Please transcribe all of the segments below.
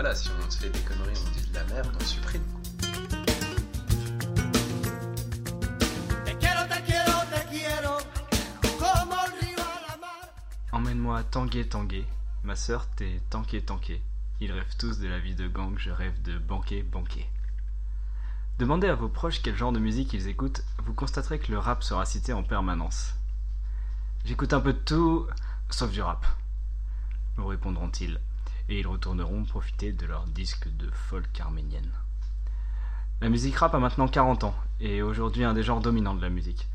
Euh, fait des conneries, on dit de la merde, on supprime. Emmène-moi tanguer tanguer, ma sœur t'es tanké tanké. Ils rêvent tous de la vie de gang, je rêve de banquet banquet. Demandez à vos proches quel genre de musique ils écoutent, vous constaterez que le rap sera cité en permanence. J'écoute un peu de tout, sauf du rap. Nous répondront-ils, et ils retourneront profiter de leur disque de folk arménienne. La musique rap a maintenant 40 ans, et est aujourd'hui un des genres dominants de la musique.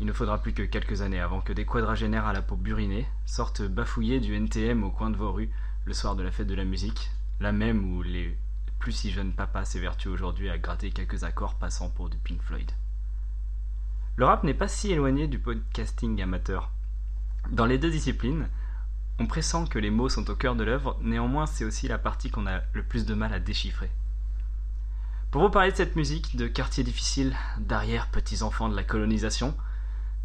Il ne faudra plus que quelques années avant que des quadragénaires à la peau burinée sortent bafouillés du NTM au coin de vos rues le soir de la fête de la musique, la même où les plus si jeunes papas s'évertuent aujourd'hui à gratter quelques accords passant pour du Pink Floyd. Le rap n'est pas si éloigné du podcasting amateur. Dans les deux disciplines, on pressent que les mots sont au cœur de l'œuvre, néanmoins c'est aussi la partie qu'on a le plus de mal à déchiffrer. Pour vous parler de cette musique, de quartier difficile, d'arrière petits enfants de la colonisation,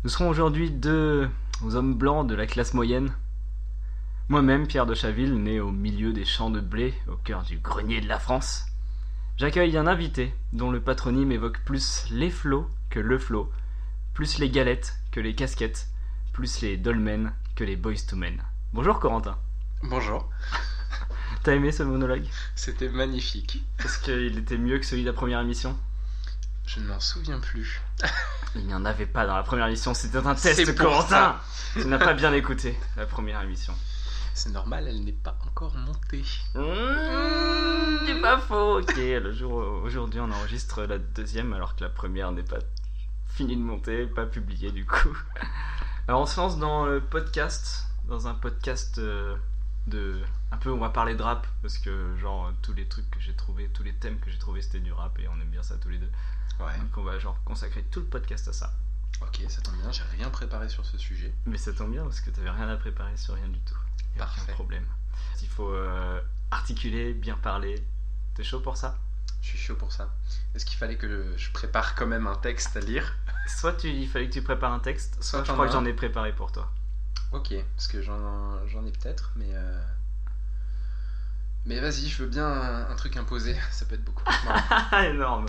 nous serons aujourd'hui deux hommes blancs de la classe moyenne. Moi-même, Pierre de Chaville, né au milieu des champs de blé, au cœur du grenier de la France. J'accueille un invité dont le patronyme évoque plus les flots que le flot, plus les galettes que les casquettes, plus les dolmens que les boys to men. Bonjour Corentin. Bonjour, T'as aimé ce monologue c'était magnifique. Est-ce qu'il était mieux que celui de la première émission Je ne m'en souviens plus. Il n'y en avait pas dans la première émission, c'était un test, C'est pour Corentin Tu n'as pas bien écouté la première émission. C'est normal, elle n'est pas encore montée. Mmh, c'est pas faux. Ok, le jour aujourd'hui on enregistre la deuxième alors que la première n'est pas finie de monter, pas publiée du coup. Alors on se lance dans le podcast, dans un podcast euh, de un peu on va parler de rap parce que genre tous les trucs que j'ai trouvé, tous les thèmes que j'ai trouvé c'était du rap et on aime bien ça tous les deux. Ouais, Donc on va genre consacrer tout le podcast à ça. ok, ça tombe bien, j'ai rien préparé sur ce sujet. Mais ça tombe bien parce que t'avais rien à préparer sur rien du tout. Y a Parfait. Aucun problème. Il faut euh, articuler, bien parler. T'es chaud pour ça Je suis chaud pour ça. Est-ce qu'il fallait que je prépare quand même un texte à lire Soit tu, il fallait que tu prépares un texte, soit Soit je t'en crois que as un. j'en ai préparé pour toi. Ok, parce que j'en j'en ai peut-être, mais. euh, Mais vas-y, je veux bien un, un truc imposé, ça peut être beaucoup plus marrant. Ah, énorme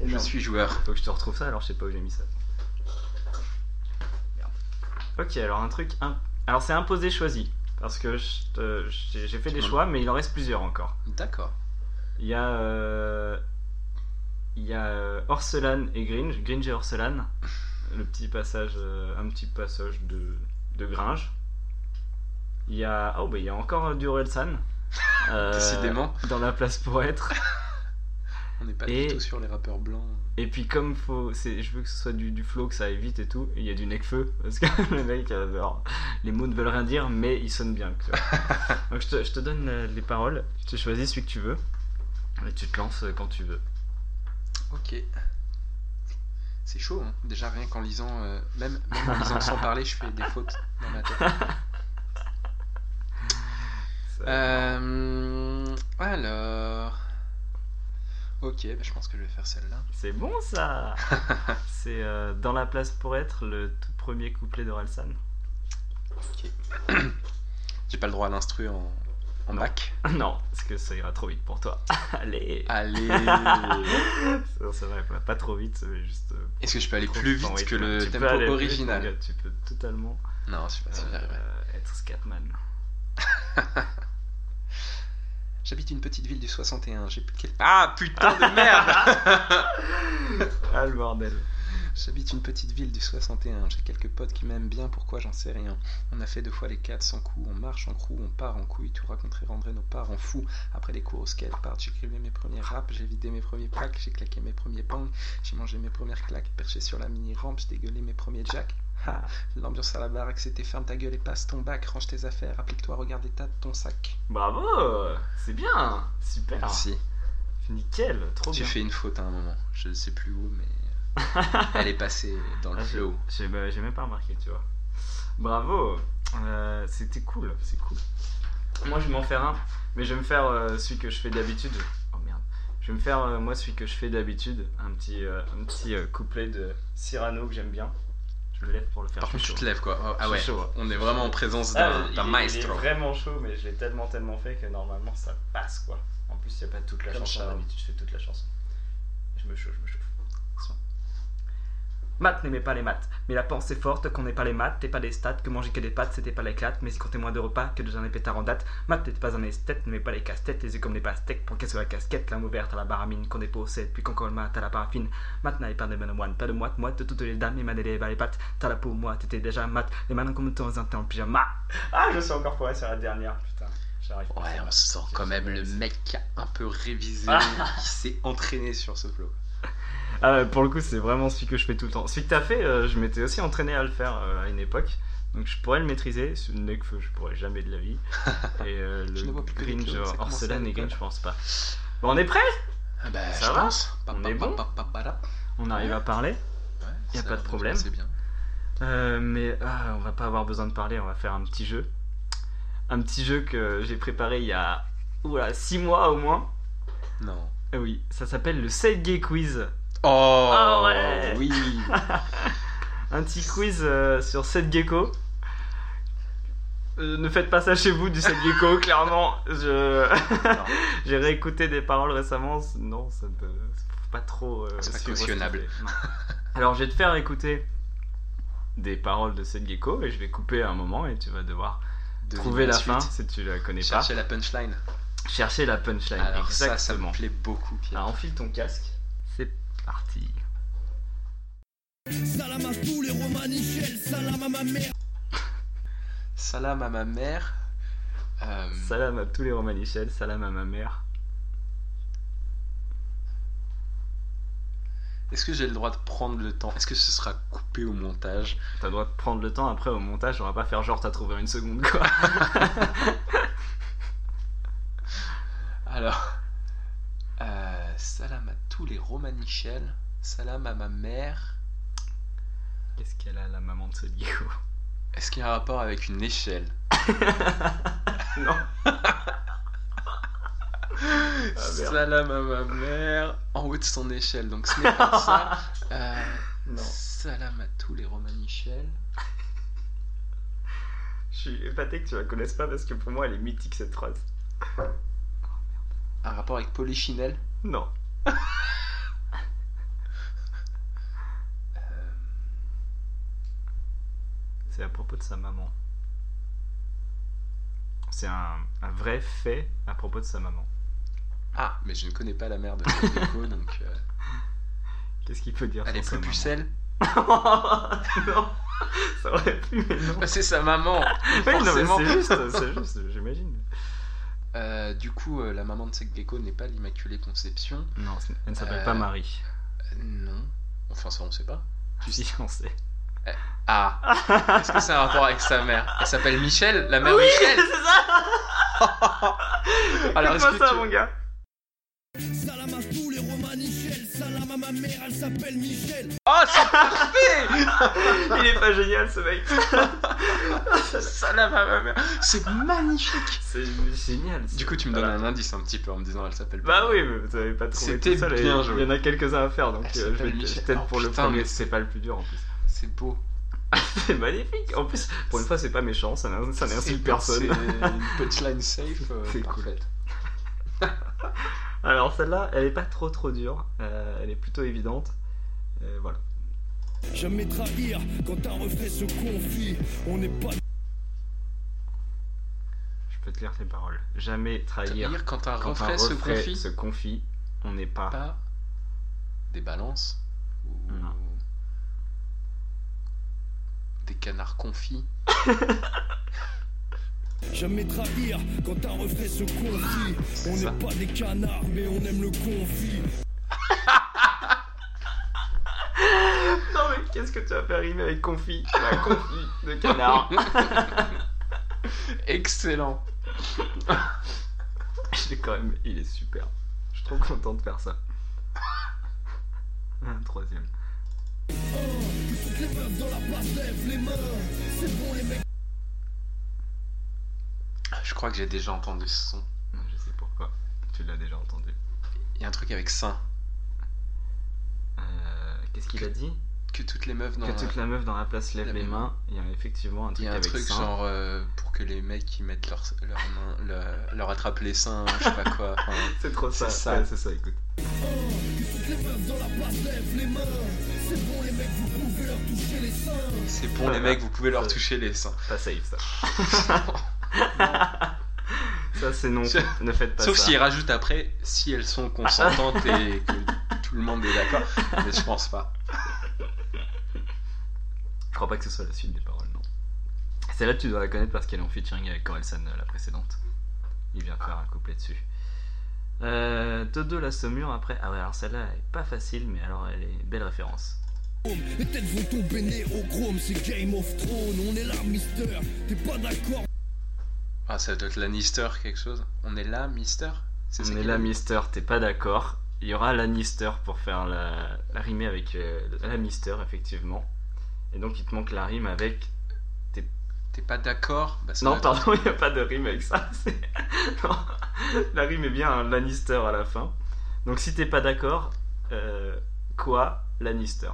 je Énorme. suis joueur. Faut que je te retrouve ça, alors je sais pas où j'ai mis ça. Merde. Ok, alors un truc. imp- Alors c'est imposé choisi. Parce que je te- j'ai j'ai fait Tu des m'en- choix, mais il en reste plusieurs encore. D'accord. Il y a. euh, Il y a euh, Orselan et Gringe. Gringe et Orselan. Le petit passage. euh, un petit passage de, de Gringe. Il y a. Oh, bah il y a encore euh, du Orelsan. Euh, Décidément, Dans la place pour être. on n'est pas et- du tout sur les rappeurs blancs. Et puis comme faut, c'est- je veux que ce soit du, du flow, que ça aille vite et tout, il y a du Necfeu, parce que le mec, euh, genre, les mots ne veulent rien dire, mais ils sonnent bien. tu vois. Donc je te, je te donne euh, les paroles, tu choisis celui que tu veux, et tu te lances euh, quand tu veux. Ok. C'est chaud, hein. déjà rien qu'en lisant, euh, même, même en lisant sans parler, je fais des fautes dans ma tête. Ça- Euh, alors. Ok, bah, je pense que je vais faire celle-là. C'est bon ça C'est euh, Dans la place pour être, le tout premier couplet d'Orelsan. J'ai pas le droit à l'instru en, en Non. bac. non, parce que ça ira trop vite pour toi. Allez Allez Ça, ça va pas, pas trop vite, mais juste... euh, Est-ce que je peux aller trop- plus non, oui, vite tu que peux- le tu peux tempo aller plus vite, original mon gars, Tu peux totalement... Non, je sais pas si j'y arriverai. Euh, être Scatman. J'habite une petite ville du 61. J'ai plus quel- Ah putain de merde Ah le bordel. J'habite une petite ville du 61. J'ai quelques potes qui m'aiment bien. Pourquoi J'en sais rien. On a fait deux fois les quatre sans coup. On marche en crew, on part en couille. Tout raconter rendrait nos parts en fou. Après les cours au skatepark, j'écrivais mes premiers raps. J'ai vidé mes premiers packs. J'ai claqué mes premiers bangs. J'ai mangé mes premières claques. Perché sur la mini-rampe, j'ai dégueulé mes premiers jacks. Ha L'ambiance à la baraque, c'était ferme ta gueule et passe ton bac. Range tes affaires, applique-toi, regarde l'état de ton sac. Bravo C'est bien Super Merci. Nickel Trop J'ai bien fait une faute à un moment, je ne sais plus où, mais elle est passée dans le Ah, flow. J'ai bah, j'ai même pas remarqué, tu vois. Bravo Euh, C'était cool, c'est cool. Moi je vais m'en faire un, mais je vais me faire euh, celui que je fais d'habitude. Oh merde. Je vais me faire, euh, moi, celui que je fais d'habitude, un petit, euh, un petit euh, couplet de Cyrano que j'aime bien. Je Je me lève pour le faire. Par je contre, suis tu te chaud. lèves quoi. Ah, Ah Je ouais, suis chaud, hein. on est vraiment en présence Ah, d'un il d'un est- Il est maestro. vraiment chaud, mais je l'ai tellement, tellement fait que normalement ça passe quoi. En plus, il n'y a pas toute la Comme chanson. Sharon. D'habitude, je fais toute la chanson. Je me chauffe, je me chauffe. Son. Maths n'aimait pas les maths, mais la pensée forte qu'on n'est pas les maths, t'es pas des stats, que manger que des pâtes, c'était pas l'éclate, mais si comptait moins de repas que de journées pétards en date, maths n'était pas un esthète, n'aimait pas les casse-têtes, les yeux comme des pastèques, pour sur la casquette, la ouverte à la baramine, qu'on dépossède, puis qu'on colle mat à la paraffine, maths n'avait pas de moine, pas de moite, moite de toutes les dames, les mains des les pattes, t'as la peau, moi, t'étais déjà mat, les mains comme ton un en pyjama. Ah, je suis encore foiré sur la dernière, putain, j'arrive pas. Ouais, on sent quand même le mec qui a un peu révisé, qui s'est entraîné sur ce flow. Ah, pour le coup, c'est vraiment celui que je fais tout le temps. Celui que t'as fait, euh, je m'étais aussi entraîné à le faire euh, à une époque. Donc je pourrais le maîtriser, ce n'est que je pourrais jamais de la vie. Et euh, Je ne le vois plus que des green, clones, ça genre commence à Orselane et l'école. green, je pense pas. Bon, on est prêt Ah bah, Ça je va pense. Pa- On pa- est pa- bon pa- pa- pa- là. On arrive à parler. Ouais, Y ça a pas de a l'air problème. passer bien. Euh, mais ah, on va pas avoir besoin de parler, on va faire un petit jeu. Un petit jeu que j'ai préparé il y a 6 mois au moins. Non. Ah oui, ça s'appelle le 7 Gay Quiz. Oh, Ah ouais. oui un petit quiz euh, sur 7 geckos. Euh, ne faites pas ça chez vous du 7 gecko, clairement. Je... Non. J'ai réécouté des paroles récemment. c- Non, ça ne faut pas trop. euh, C'est pas suivre ce qu'on cautionnable. fait. Non. Alors, je vais te faire écouter des paroles de 7 gecko et je vais couper à un moment et tu vas devoir Devine trouver la suite. fin si tu la connais Cherchez la punchline. pas. Chercher la punchline. Alors ça, ça Bah, Exactement. Ah. me plaît beaucoup, Pierre. Alors, enfile ton casque. C'est parti. Salam à tous les Romanichels, salam à ma mère. Salam à ma mère. Euh, Salam à tous les Romanichels, salam à ma mère. Est-ce que j'ai le droit de prendre le temps Est-ce que ce sera coupé au montage T'as le droit de prendre le temps après au montage, on va pas faire genre t'as trouvé une seconde quoi. Alors, euh, salam à tous les Romanichels. Salam à ma mère. Qu'est-ce qu'elle a la maman de ce Diego Est-ce qu'il y a un rapport avec une échelle Non. merde. Salam à ma mère. En haut de son échelle, donc ce n'est pas ça. Euh, Salam à tous les Romanichels. Je suis épaté que tu la connaisses pas parce que pour moi elle est mythique cette phrase. Un rapport avec Polichinelle Non. Euh, C'est à propos de sa maman. C'est un, un vrai fait à propos de sa maman. Ah, mais je ne connais pas la mère de Coco, donc. euh, Qu'est-ce qu'il peut dire Elle est sur plus sa pucelle maman Non Ça aurait pu, mais non. Bah, C'est sa maman Oui, non, mais forcément. c'est juste, c'est juste, j'imagine. Euh, Du coup, euh, la maman de cette gecko n'est pas l'Immaculée Conception. Non, elle ne s'appelle Euh, pas Marie. Euh, non. Enfin, ça, on sait pas. tu Si, on sait. Ah Est-ce que c'est un rapport avec sa mère Elle s'appelle Michel Bah La mère Michel c'est ça Alors, est-ce que tu- gars Salam à tous les Romanichels, salam à ma mère, elle s'appelle Michel. Oh, c'est parfait Il est pas génial ce mec Salam à ma mère C'est magnifique C'est génial Du coup, tu me donnes Voilà. un indice un petit peu en me disant elle s'appelle pas. Bah oui, mais vous avez pas trouvé C'était tout seul et bien il joué. y en a quelques-uns à faire donc Elle euh, je vais s'appelle Michel. peut-être Oh, pour le putain, premier, mais- c'est pas le plus dur en plus. C'est beau. c'est magnifique En plus, pour une fois, c'est pas méchant, ça n'in- ça C'est- n'insulte personne. C'est une punchline safe. euh, C'est parfaite. Alors celle-là, elle est pas trop trop dure, euh, elle est plutôt évidente. Euh, voilà. Jamais trahir quand un reflet se confie, on n'est pas Je peux te lire tes paroles. Jamais trahir. Trahir quand un Quand reflet, un se reflet confie. se confie, on n'est pas. Pas des balances ou Non. des canards confits. Jamais trahir quand un reflet se confie, on ça. n'est pas des canards mais on aime le confit. Non mais qu'est-ce que tu vas faire rimer avec confit La confit de canard. Excellent. Je l'ai quand même, il est super. Je suis trop content de faire ça. Un troisième. Hein, que toutes les meufs dans la place lèvent les mains, c'est bon les mecs. Je crois que j'ai déjà entendu ce son. Je sais pourquoi. Tu l'as déjà entendu. Il y a un truc avec sain. Euh, Qu'est-ce qu'il a dit que toutes les meufs dans que toute la meuf dans la place lève la les même- mains, il y a effectivement un Il truc y a un avec truc ça. genre euh, pour que les mecs qui mettent leurs leurs mains, leur, leur attrapent les seins, je sais pas quoi. enfin, C'est trop C'est ça. ça. Ouais, c'est ça, écoute. Que toutes les meufs dans la place lèvent les mains. C'est bon, les mecs, vous pouvez leur toucher les seins. c'est pour les Voilà. mecs, vous pouvez leur Ça- toucher les seins. Pas safe ça. Ça c'est non. Je- Ne faites pas Sauf ça. s'ils rajoutent après si elles sont consentantes et que tout le monde est d'accord, mais je pense pas. Je crois pas que ce soit la suite des paroles, non. Celle-là, tu dois la connaître parce qu'elle est en featuring avec Orelsan, euh, la précédente. Il vient faire un couplet dessus. Euh, Todo la saumure après. Ah ouais, alors celle-là, elle est pas facile, mais alors elle est belle référence. Les têtes vont tomber nez au chrome, c'est Game of Thrones. On est là, mister. T'es pas d'accord Ah, ça doit être Lannister quelque chose. On est là, Mister C'est ça On est qu'il là, a dit Mister, t'es pas d'accord. Il y aura Lannister pour faire la, la rime avec euh, la Mister, effectivement. Et donc il te manque la rime avec euh, T'es pas d'accord Bah, ça doit Non, être- pardon, il n'y a pas de rime avec ça. c'est- Non. La rime est bien un Lannister à la fin. Donc si t'es pas d'accord, euh, quoi Lannister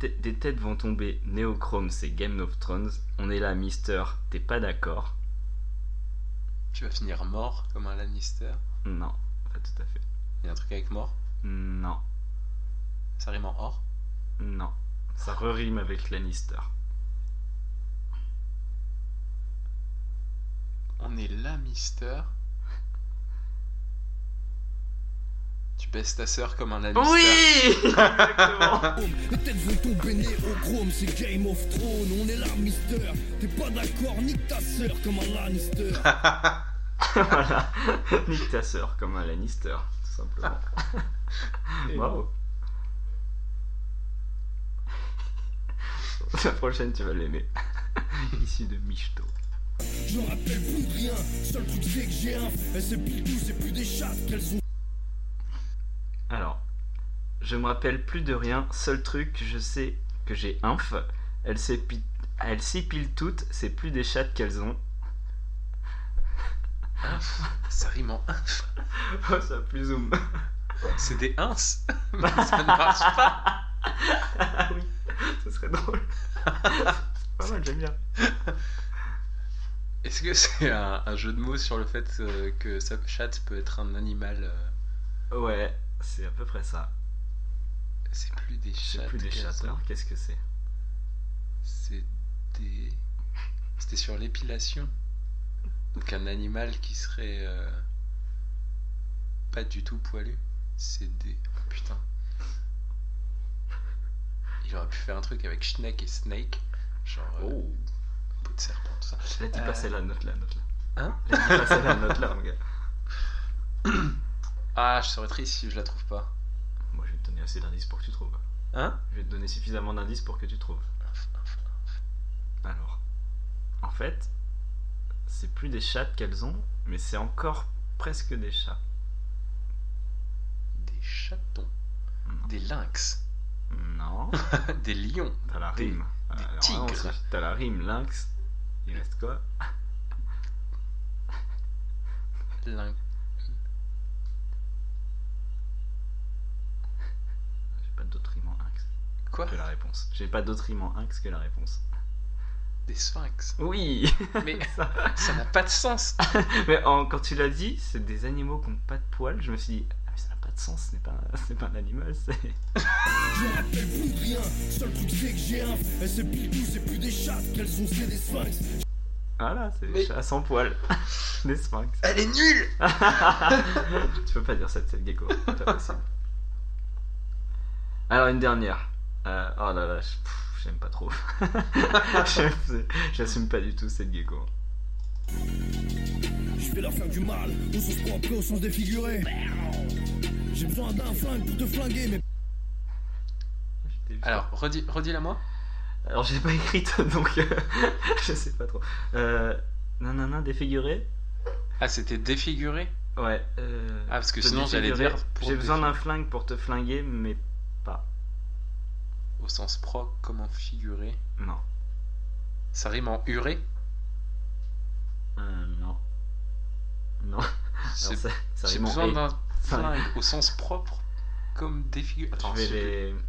T- Des têtes vont tomber, Néochrome c'est Game of Thrones, on est là Mister, t'es pas d'accord Tu vas finir mort comme un Lannister. Non, pas tout à fait. Il y a un truc avec mort Non, Ça rime en or non. Ça rime avec Lannister. On est là, Mister. Tu baisses ta sœur comme un Lannister. Exactement Les têtes vont tomber nez au chrome, c'est Game of Thrones. On est là, mister. T'es pas d'accord, nique ta sœur comme un Lannister. Voilà, nique ta sœur comme un Lannister, tout simplement. Ah. Bravo. La prochaine, tu vas l'aimer. Ici de Michto. Je me rappelle plus de rien. Seul truc c'est que j'ai un. Elles se piquent tous, c'est plus des chasses qu'elles ont. Alors, je me rappelle plus de rien. Seul truc, je sais que j'ai inf. Elles s'épi- elles s'épilent toutes, c'est plus des chattes qu'elles ont. Ça rime en inf. Oh, ça plus ou moins. C'est des ins. Mais ça ne marche pas. Ah oui, ce serait drôle. C'est pas mal, j'aime bien. Est-ce que c'est un, un jeu de mots sur le fait euh, que sa chatte peut être un animal euh, Ouais, c'est à peu près ça. C'est plus des C'est chattes. plus des qu'elles chattes. ont. hein. Alors, qu'est-ce que c'est C'est des. C'était sur l'épilation. Donc un animal qui serait euh, pas du tout poilu. C'est des. oh, Putain. Il aurait pu faire un truc avec Schneck et Snake. Genre. euh, Oh. bout de serpent, tout ça. La dis Euh. pas celle-là, note-la, note-la. Hein La dis pas celle-là, note-la, mon gars. Ah, je serais triste si je la trouve pas. Moi, je vais te donner assez d'indices pour que tu trouves. Hein Je vais te donner suffisamment d'indices pour que tu trouves. Alors, en fait, c'est plus des chattes qu'elles ont, mais c'est encore presque des chats. Des chatons. Non. Des lynx. Non, des lions. t'as la Des- rime. Euh, des Alors, vraiment, tigres. c'est- T'as la rime, lynx. Il reste quoi Lynx. J'ai pas d'autre rime en lynx Quoi que la réponse. J'ai pas d'autre rime en lynx que la réponse. Des sphinx. Oui Mais Ça- ça n'a pas de sens. Mais en- quand tu l'as dit, c'est des animaux qui n'ont pas de poils. Je me suis dit, ah, mais ça n'a pas de sens, ce n'est pas, c'est pas un animal. c'est- Je me rappelle plus de rien. Seul truc c'est que j'ai un. Elles se piquent tous, c'est plus des chasses qu'elles ont, c'est des sphinx. Voilà, c'est Mais- des chats sans poils. des sphinx. Elle est nulle tu peux pas dire ça de cette gecko. C'est pas possible. Alors, une dernière. Euh, oh là là, je- pff, j'aime pas trop. J'aime- J'assume pas du tout cette gecko. Je vais leur faire du mal, au sens propre et au sens défiguré. J'ai besoin d'un flingue pour te flinguer, mais Alors, redis, redis la moi. Alors, j'ai pas écrite donc euh, je sais pas trop. Euh, nanana, défiguré Ah, c'était défiguré Ouais. euh, Ah, parce que te sinon j'allais défigurer. dire. pour J'ai défi- besoin d'un flingue pour te flinguer, mais pas. Au sens pro, comment figurer Non. Ça rime en huré Euh, non. Non. Alors, J'ai ça, ça j'ai rime en besoin et. d'un Ça rime- flingue au sens propre, comme défigurer. Attends, Je vais je sais plus. les. Eh ben,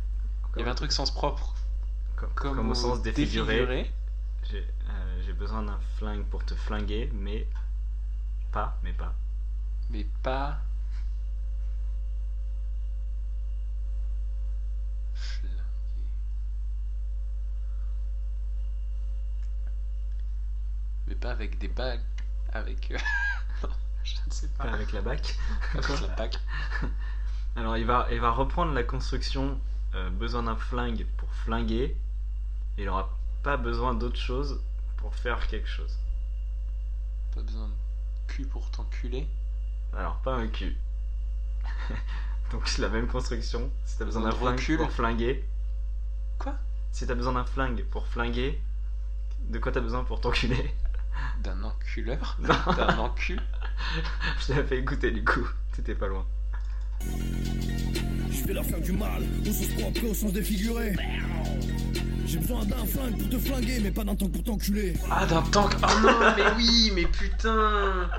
Il y avait un truc sens propre, Comme, comme, comme au sens défiguré. défiguré. J'ai euh, j'ai besoin d'un flingue pour te flinguer, mais pas, mais pas. mais pas. Flingué. Mais pas avec des bagues, avec. euh, non, je ne sais Pas pas. avec la bac. Avec la bague. Alors il va, il va reprendre la construction euh, besoin d'un flingue pour flinguer. Et il aura pas besoin d'autre chose pour faire quelque chose. Pas besoin de cul pour t'enculer. Alors pas un cul. Donc c'est la même construction. Si t'as besoin Besoin d'un de flingue recul. pour flinguer. Quoi Si t'as besoin d'un flingue pour flinguer, de quoi t'as besoin pour t'enculer D'un enculeur Non. D'un encu Je t'avais fait écouter du coup. T'étais pas loin. Je vais leur faire du mal, au sens propre et au sens défiguré. J'ai besoin d'un flingue pour te flinguer, mais pas d'un tank pour t'enculer. Ah, d'un tank Oh non, mais oui, mais putain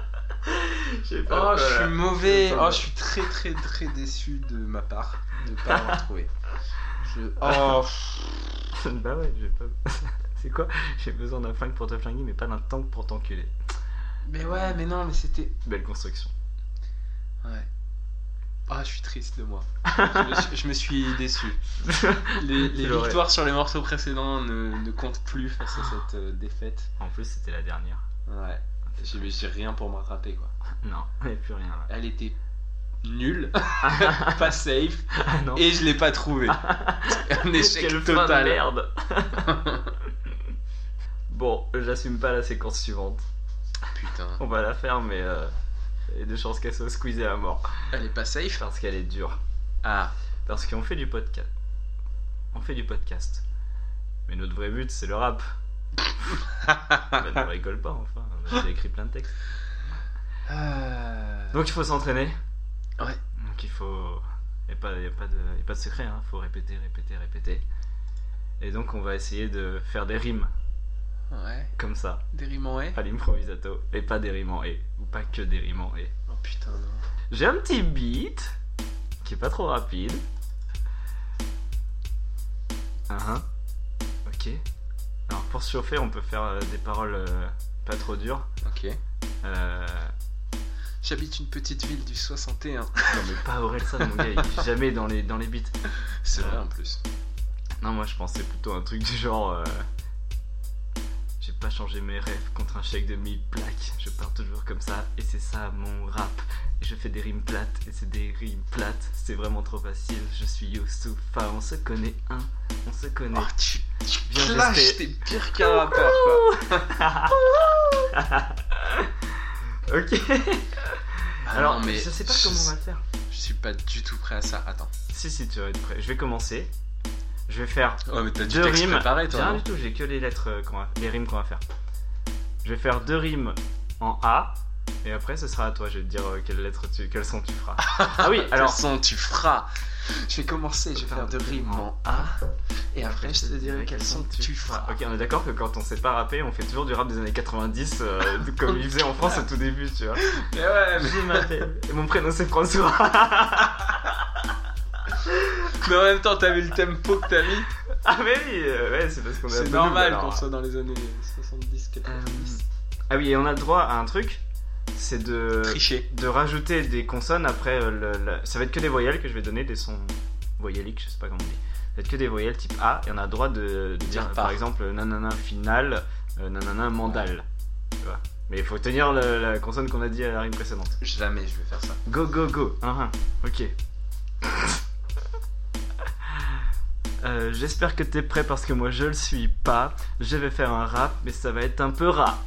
J'ai Oh, pas- je suis voilà. mauvais. Attends, Oh, bah. je suis très très très déçu de ma part de pas avoir trouvé. Je... Oh, bah ouais, j'ai pas. c'est quoi J'ai besoin d'un flingue pour te flinguer, mais pas d'un tank pour t'enculer. mais ouais, mais non, mais c'était. Belle construction. Ouais. Ah, je suis triste de moi. je, me suis, je me suis déçu. Les, les C'est vrai. victoires sur les morceaux précédents ne, ne comptent plus face à cette euh, défaite. En plus, c'était la dernière. Ouais. J'ai j'ai rien pour me rattraper quoi. Non, il n'y a plus rien là. Elle était nulle, pas safe, Ah non. et je l'ai pas trouvée. Un échec Quelle fin de total. merde. bon, j'assume pas la séquence suivante. Putain, On va la faire, mais euh, il y a de chances qu'elle soit squeezée à mort. elle est pas safe. Parce qu'elle est dure. Ah. Parce qu'on fait du podcast. On fait du podcast. Mais notre vrai but, c'est le rap. bah, ne rigole pas, enfin. On a déjà écrit plein de textes. Ah. Donc il faut s'entraîner. Ouais. Donc il faut. Il n'y a, pas- y a pas de y a pas de secret, hein. faut répéter, répéter, répéter. Et donc on va essayer de faire des rimes Ouais, comme ça, des rimes en haie. à l'improvisato, et pas des rimes en et, ou pas que des rimes en E. et. Oh putain, non. J'ai un petit beat qui est pas trop rapide. Ah ah. Ok. Alors pour se chauffer, on peut faire euh, des paroles euh, pas trop dures. Ok. Euh, J'habite une petite ville du 61. non mais pas Orelsan mon gars, il est jamais dans les dans les beats. C'est vrai en plus. Non, moi je pensais plutôt un truc du genre. euh, J'ai pas changé mes rêves contre un chèque de 1000 plaques. Je pars toujours comme ça et c'est ça mon rap. Et je fais des rimes plates et c'est des rimes plates. C'est vraiment trop facile. Je suis Youssoufa, on se connaît un, on se connaît. Oh, tu, tu Bien clashes, gesté. t'es pire qu'un rappeur quoi. ok. Ah Alors, non, mais je sais pas comment on va le faire. Je suis pas du tout prêt à ça. Attends. Si, si, tu vas être prêt. Je vais commencer. Je vais faire Ouais, mais t'as du deux texte rimes. préparé toi. Rien non du tout, j'ai que les lettres, euh, qu'on va- les rimes qu'on va faire. Je vais faire deux rimes en A, et après ce sera à toi, je vais te dire euh, quelle lettre tu, quel son tu feras. ah oui, Alors, alors. tu feras. Je vais commencer, je vais faire deux rimes en A, et après je te dirai quels sont tu feras. Ok, on est d'accord que quand on sait pas rapper, on fait toujours du rap des années 90, euh, comme ils faisaient en France au tout début, tu vois. Mais Eh ouais, mais... Je m'appelle. Et mon prénom c'est François. mais en même temps, t'as vu le tempo que t'as mis ah, mais oui, euh, ouais, c'est parce qu'on est C'est autodidacte, normal alors. qu'on soit dans les années 70-90. Ah oui, et on a le droit à un truc, c'est de. Tricher. de rajouter des consonnes après euh, le, le- ça va être que des voyelles que je vais donner des sons voyelliques je sais pas comment on dit ça va être que des voyelles type A et on a le droit de, de dire par. par exemple euh, nanana final euh, nanana mandal tu vois mais il faut tenir le- la consonne qu'on a dit à la rime précédente Jamais je vais faire ça. go go go un, un. ok Euh, J'espère que t'es prêt parce que moi je le suis pas. Je vais faire un rap, mais ça va être un peu rat.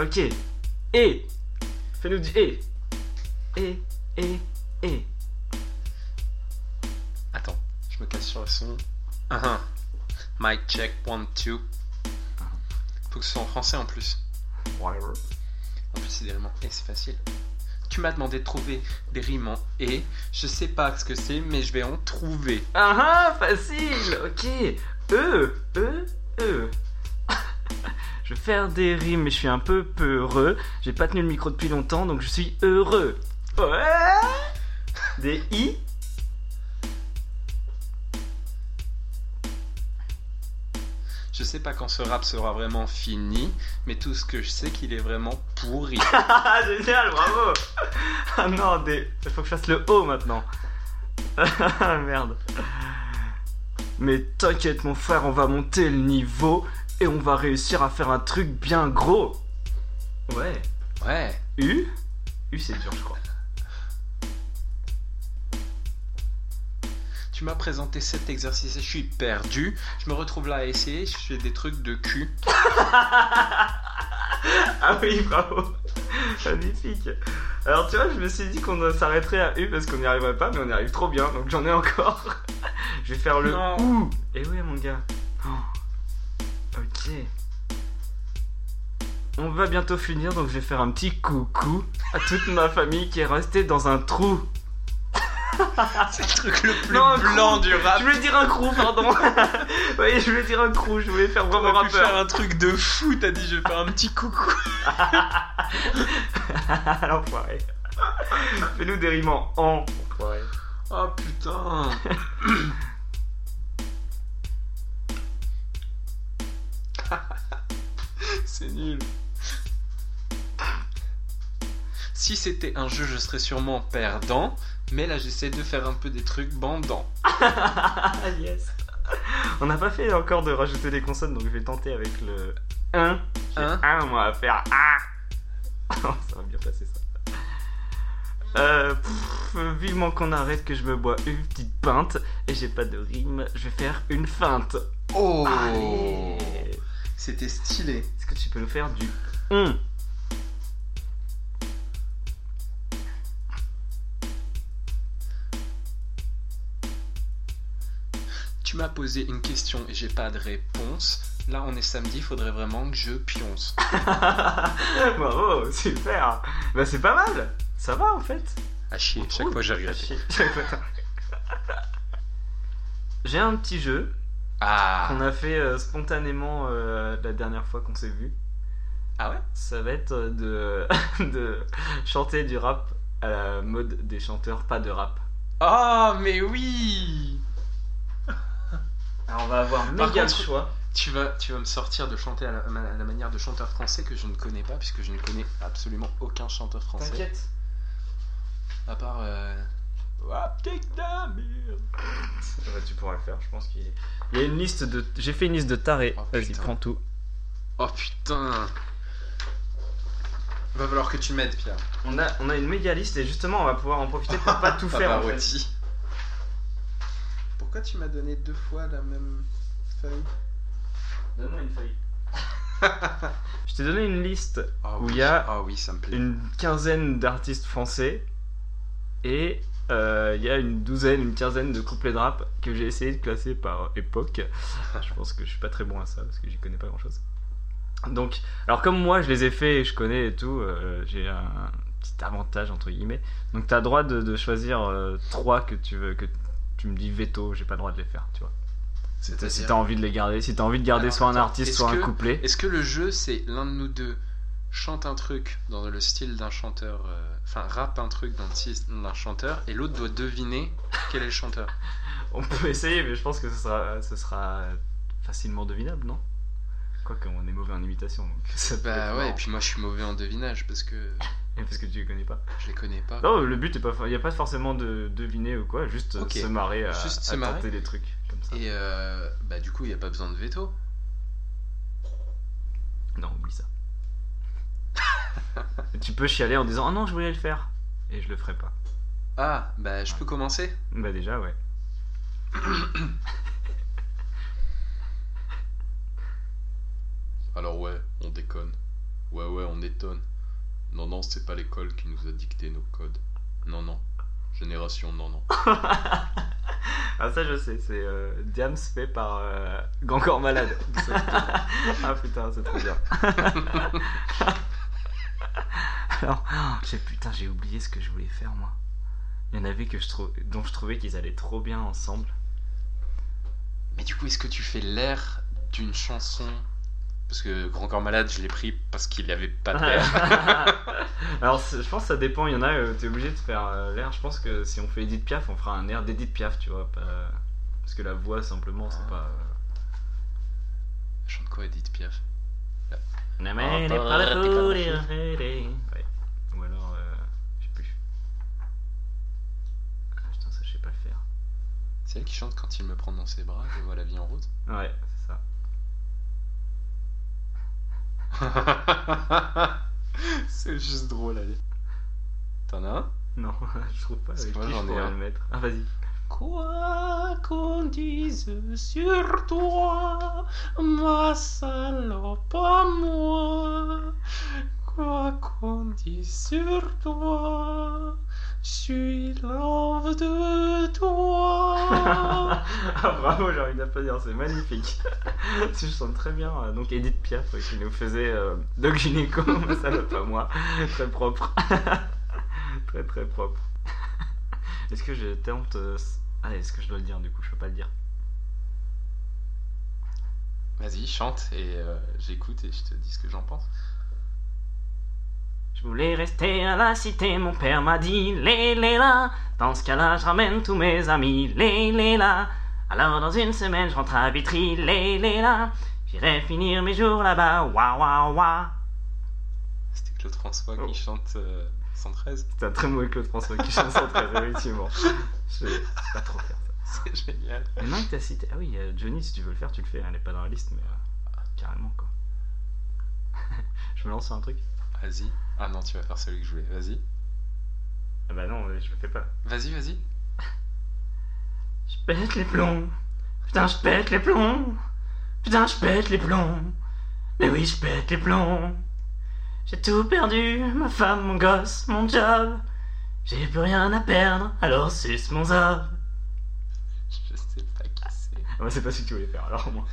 Ok. Et Fais-nous du et Et Et Et Attends, je me casse sur le son. Ah, ah. Mic check, one, two. Ah. Faut que ce soit en français en plus. Whatever. En plus, idéalement, et c'est facile. Tu m'as demandé de trouver des rimes en et. Je sais pas ce que c'est, mais je vais en trouver. Ah ah Facile Ok E E E Je vais faire des rimes, mais je suis un peu peureux. J'ai pas tenu le micro depuis longtemps, donc je suis heureux. Ouais Des I sais pas quand ce rap sera vraiment fini, mais tout ce que je sais qu'il est vraiment pourri. Ah, génial, bravo Ah non, des... faut que je fasse le haut maintenant. Ah, Merde. Mais t'inquiète mon frère, on va monter le niveau et on va réussir à faire un truc bien gros. Ouais. Ouais, U U c'est dur je crois. tu m'as présenté cet exercice et je suis perdu. Je me retrouve là à essayer, je fais des trucs de cul. Ah oui, bravo Magnifique Alors tu vois, je me suis dit qu'on s'arrêterait à U parce qu'on n'y arriverait pas, mais on y arrive trop bien, donc j'en ai encore. je vais faire le Non. OU Et oui mon gars Oh. Ok. On va bientôt finir, donc je vais faire un petit coucou à toute ma famille qui est restée dans un trou. Ah, C'est le truc le plus Non, un blanc crew. du rap. Je voulais dire un crew, pardon. oui, je voulais dire un crew, je voulais faire vraiment J'aurais pu faire rappeur. un truc de fou, t'as dit je vais faire un petit coucou. L'enfoiré. Fais-nous des rimes en en. Oh putain C'est nul. Si c'était un jeu, je serais sûrement perdant, mais là j'essaie de faire un peu des trucs bandants. Ah yes. On n'a pas fait encore de rajouter des consonnes, donc je vais tenter avec le 1. Hein Un, moi, à faire ah. Oh, ça va bien passer ça. Euh, pff, vivement qu'on arrête que je me bois une petite pinte et j'ai pas de rime, je vais faire une feinte. Oh Allez. C'était stylé. Est-ce que tu peux nous faire du on Tu m'as posé une question et j'ai pas de réponse. Là on est samedi, faudrait vraiment que je pionce. Bravo, super. Bah c'est pas mal. Ça va en fait. À chier, chaque Ouh, fois j'ai regretté. chier. Chaque fois, t'as- J'ai un petit jeu Ah qu'on a fait euh, spontanément euh, la dernière fois qu'on s'est vu. Ah ouais Ça va être euh, de, de chanter du rap à la mode des chanteurs pas de rap. Ah mais oui Alors on va avoir Par méga le contre- choix. Tu vas, tu vas me sortir de chanter à la, ma- à la manière de chanteur français que je ne connais pas, puisque je ne connais absolument aucun chanteur français. T'inquiète. À part. Euh... Ah, putain, la merde. Ouais, Ah bah, tu pourras le faire, je pense qu'il est. Il y a une liste de. J'ai fait une liste de tarés. Oh, Vas-y, putain. prends tout. Oh putain Va falloir que tu m'aides, Pierre. On a, on a une méga liste et justement on va pouvoir en profiter pour pas tout faire. en fait. Pavarotti. Pourquoi tu m'as donné deux fois la même feuille Donne-moi une feuille. Je t'ai donné une liste, Ah Où oui. il y a Ah oui, ça me plaît. une quinzaine d'artistes français et euh, il y a une douzaine, une quinzaine de couplets de rap que j'ai essayé de classer par époque. je pense que je suis pas très bon à ça parce que j'y connais pas grand chose. Donc, alors comme moi je les ai faits et je connais et tout, euh, j'ai un petit avantage entre guillemets. Donc t'as droit de, de choisir euh, trois que tu veux, que tu me dis veto, j'ai pas le droit de les faire, tu vois. Si t'as envie de les garder, si t'as envie de garder Alors, soit un attends, artiste, est-ce soit un que- couplet. Est-ce que le jeu, c'est l'un de nous deux chante un truc dans le style d'un chanteur, euh, enfin rappe un truc dans le style d'un chanteur, et l'autre doit deviner quel est le chanteur On peut essayer, mais je pense que ce sera, ce sera facilement devinable, non Quoique, on est mauvais en imitation, donc ça peut Bah être ouais, et marrant. puis moi je suis mauvais en devinage parce que Et Parce que tu les connais pas. je les connais pas. Non, le but, il n'y a pas forcément de deviner ou quoi, juste euh, Ok. se marrer à, Juste se à marrer. tenter des trucs comme ça. Et euh, bah du coup, il n'y a pas besoin de veto. Non, oublie ça. Et tu peux chialer en disant « Oh non, je voulais le faire !» Et je le ferai pas. Ah, bah je peux commencer Bah déjà, ouais. Alors ouais, on déconne. Ouais ouais, on étonne. Non non, c'est pas l'école qui nous a dicté nos codes. Non non. Génération non non. Ah ça, je sais, c'est euh, Diams fait par euh, Gangor Malade. ah putain, c'est trop bien. Alors, oh, j'ai- putain, j'ai oublié ce que je voulais faire moi. Il y en avait que je trou- dont je trouvais qu'ils allaient trop bien ensemble. Mais du coup, est-ce que tu fais l'air d'une chanson Parce que Grand Corps Malade, je l'ai pris parce qu'il avait pas d'air. Alors, c'est- je pense que ça dépend. Il y en a, euh, t'es obligé de faire euh, l'air. Je pense que si on fait Edith Piaf, on fera un air Ah. d'Edith Piaf, tu vois. pas- Parce que la voix, simplement, c'est pas. euh, Chante quoi Edith Piaf Ouais. Ou alors, euh, je sais plus. Ah, putain, ça, je sais pas le faire. C'est elle qui chante quand il me prend dans ses bras, je vois la vie en route. Ouais, c'est ça. c'est juste drôle, allez. T'en as un Non, je trouve pas C'est avec pas qui je j'en ai pourrais un. le mettre. Ah, vas-y. Quoi qu'on dise sur toi, ma salope à moi, quoi qu'on dise sur toi, je suis love de toi. Ah, bravo, j'ai envie d'applaudir, c'est magnifique. je sens très bien. euh, Donc, Edith Piaf euh, qui nous faisait euh, Doc Gynéco, ma salope à moi. Très propre. très, très propre. Est-ce que je tente. euh, s- Ah, est-ce que je dois le dire du coup Je peux pas le dire. Vas-y, chante et euh, j'écoute et je te dis ce que j'en pense. Je voulais rester à la cité, mon père m'a dit lé lé là. Dans ce cas-là, je ramène tous mes amis, lé lé là. Alors dans une semaine, je rentre à Vitry, lé lé là. J'irai finir mes jours là-bas, wa wa wa. C'était Claude François Oh. qui chante euh, 113. C'est un très mauvais Claude François qui chante sans très effectivement. Je sais pas trop faire ça. C'est génial. Mais non, que t'as cité. Ah oui, euh, Johnny, si tu veux le faire, tu le fais. hein, Elle est pas dans la liste, mais euh, carrément quoi. je me lance sur un truc Vas-y. Ah non, tu vas faire celui que je voulais. Vas-y. Ah bah non, je le fais pas. Vas-y, vas-y. Je pète les plombs. Putain, je pète les plombs. Putain, je pète les plombs. Mais oui, je pète les plombs. J'ai tout perdu, ma femme, mon gosse, mon job. J'ai plus rien à perdre, alors suce mon zob. Je sais pas qui c'est. Ah bah c'est pas ce que tu voulais faire, alors moi.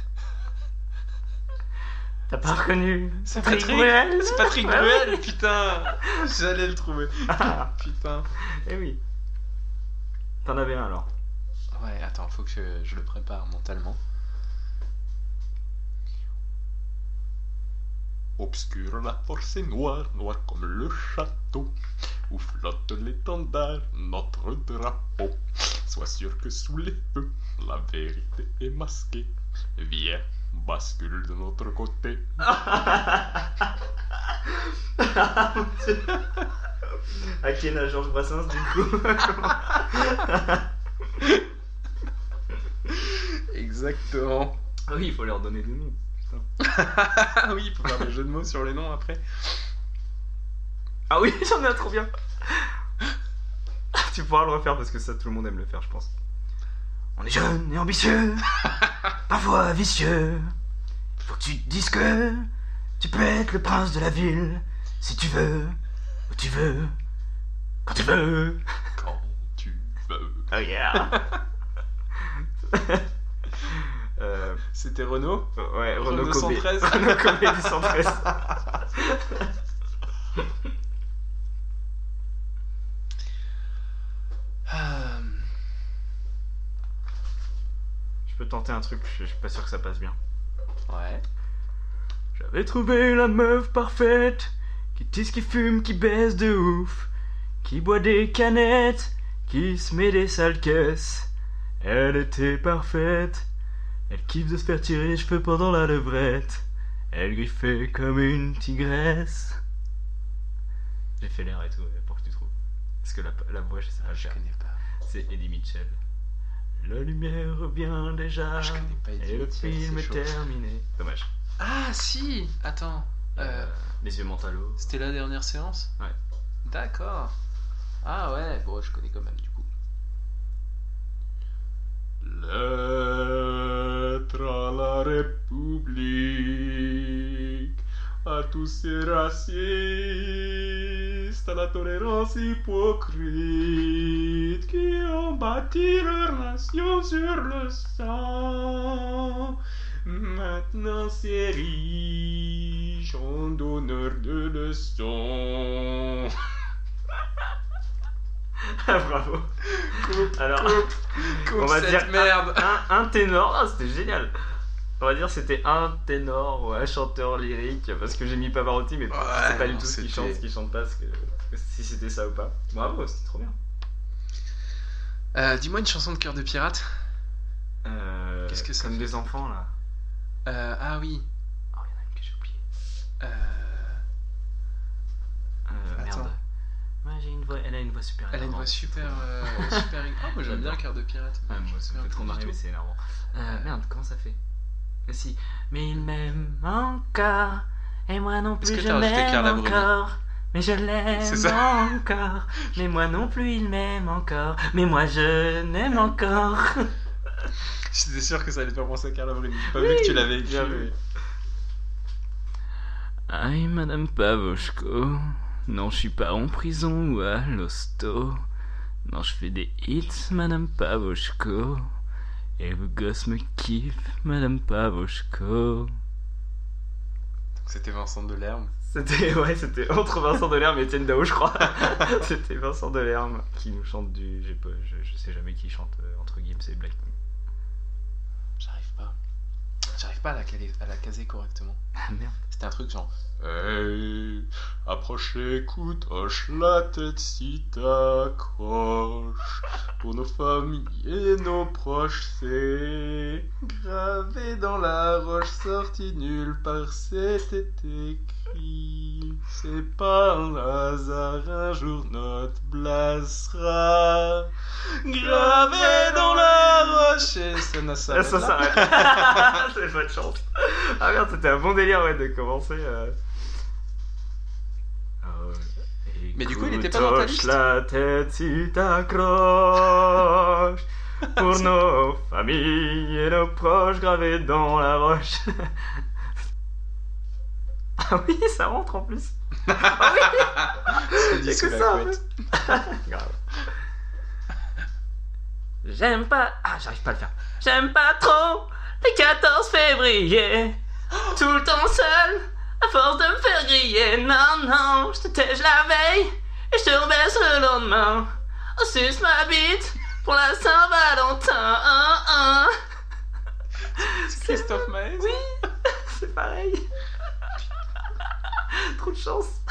T'as pas reconnu C'est Patrick Patrick. Bruel C'est Patrick Ouais, Bruel, putain J'allais le trouver. Ah, Putain. Eh oui. T'en avais un alors. Ouais, attends, faut que je, je le prépare mentalement. Obscure la force est noire, noire comme le château, où flotte l'étendard, notre drapeau. Sois sûr que sous les feux, la vérité est masquée. Viens, bascule de notre côté. Ah, mon Dieu. Akena Georges Brassens du coup. Ah Exactement. Ah oui, il faut leur donner des noms. Putain. Ah oui, il faut faire des jeux de mots sur les noms après. Ah oui, j'en ai un trop bien. tu pourras le refaire parce que ça, tout le monde aime le faire, je pense. On est jeune et ambitieux, parfois vicieux. Faut que tu te dises que tu peux être le prince de la ville si tu veux, où tu veux, quand tu veux. Quand tu veux. Oh yeah! Euh, C'était Renaud ouais, Renault Renault Kobe. 113. Renault Kobe du 113. Je peux tenter un truc, je je suis pas sûr que ça passe bien. Ouais. J'avais trouvé la meuf parfaite qui tisse, qui fume, qui baisse de ouf, qui boit des canettes, qui se met des sales caisses. Elle était parfaite, elle kiffe de se faire tirer les cheveux pendant la levrette. Elle griffait comme une tigresse. J'ai fait l'air et tout euh, pour que tu trouves. Parce que la, la voix, Ah, je Je sais pas le faire. connais pas. C'est Eddie Mitchell. La lumière revient déjà. Ah, Je connais pas Eddie et le Mitchell, film c'est est chaud. terminé. Dommage. Ah si Attends. Euh, les yeux mentalos. C'était la dernière séance Ouais. D'accord. Ah ouais, bon, je connais quand même du coup. Lettre à la République, à tous ces racistes, à la tolérance hypocrite qui ont bâti leur nation sur le sang. Maintenant c'est riche en donneur de leçons. Ah, bravo. Coupe, Alors, coupe On va cette dire- merde. un, un ténor. Ah, c'était génial. On va dire c'était un ténor ou un chanteur lyrique parce que j'ai mis Pavarotti, mais Ah, c'est pas du non, tout ce qu'il c'était- chante, ce qu'il chante pas, ce que- si c'était ça ou pas. Bravo, c'était trop bien. Euh, Dis-moi une chanson de cœur de pirate. Euh, Qu'est-ce que ça Comme fait des enfants là. Euh, ah oui. Oh, il y en a une que j'ai oubliée. euh, Euh, Attends. merde. Ouais, j'ai une voix, elle a une voix super elle a une énervante. voix super. euh, super... Ah, moi j'aime bien J'adore. Cœur de Pirate. Ouais, Ah, moi, ça me Un fait peu trop du marrer, tout. mais c'est énervant. Euh, merde, comment ça fait Mais si. Mais il m'aime encore, et moi non Est-ce plus que je t'as rajouté l'aime Carla Bruni encore. Mais je C'est l'aime ça. encore, mais moi non plus il m'aime encore, mais moi je l'aime encore. J'étais sûr que ça allait te faire penser à Carla Bruni. J'ai Pas Oui, vu que tu l'avais écrit. bien vu. Aïe, Madame Pavoshko. Non, je suis pas en prison ou à l'hosto. Non, je fais des hits, Madame Pavoshko. Et vos gosses me kiffent, Madame Pavoshko. Donc, C'était Vincent Delerme. C'était, ouais, c'était entre Vincent Delerme et Etienne Dao, je crois. c'était Vincent Delerme qui nous chante du. j'ai pas- je, je sais jamais qui chante euh, entre Gims et Black. J'arrive pas. J'arrive pas à la, caler- à la caser correctement. Ah merde. C'était un truc genre. Hey, approche, écoute, hoche la tête si t'accroches. Pour nos familles et nos proches, c'est gravé dans la roche, sorti nulle part, c'était écrit. C'est pas un hasard, un jour notre blague sera gravé dans la roche. Et ça n'a Ah, ça s'arrête. C'est pas de chance. Ah merde, c'était un bon délire ouais, de commencer. euh. Ah, Mais du coup, il était pas dans ta Écoute, hoche liste la tête si t'accroches. Pour nos familles et nos proches gravés dans la roche. ah oui, ça rentre en plus. Je te dis sous C'est que la ça, en couette. fait. Grave. J'aime pas. Ah, j'arrive pas à le faire. J'aime pas trop les 14 février. Tout le temps seul, à force de me faire griller. Non, non, je te tège la veille et je te rebaisse le lendemain. On suce ma bite pour la Saint-Valentin. Hein, hein. C'est Christophe Maé ça Oui, c'est pareil. Trop de chance.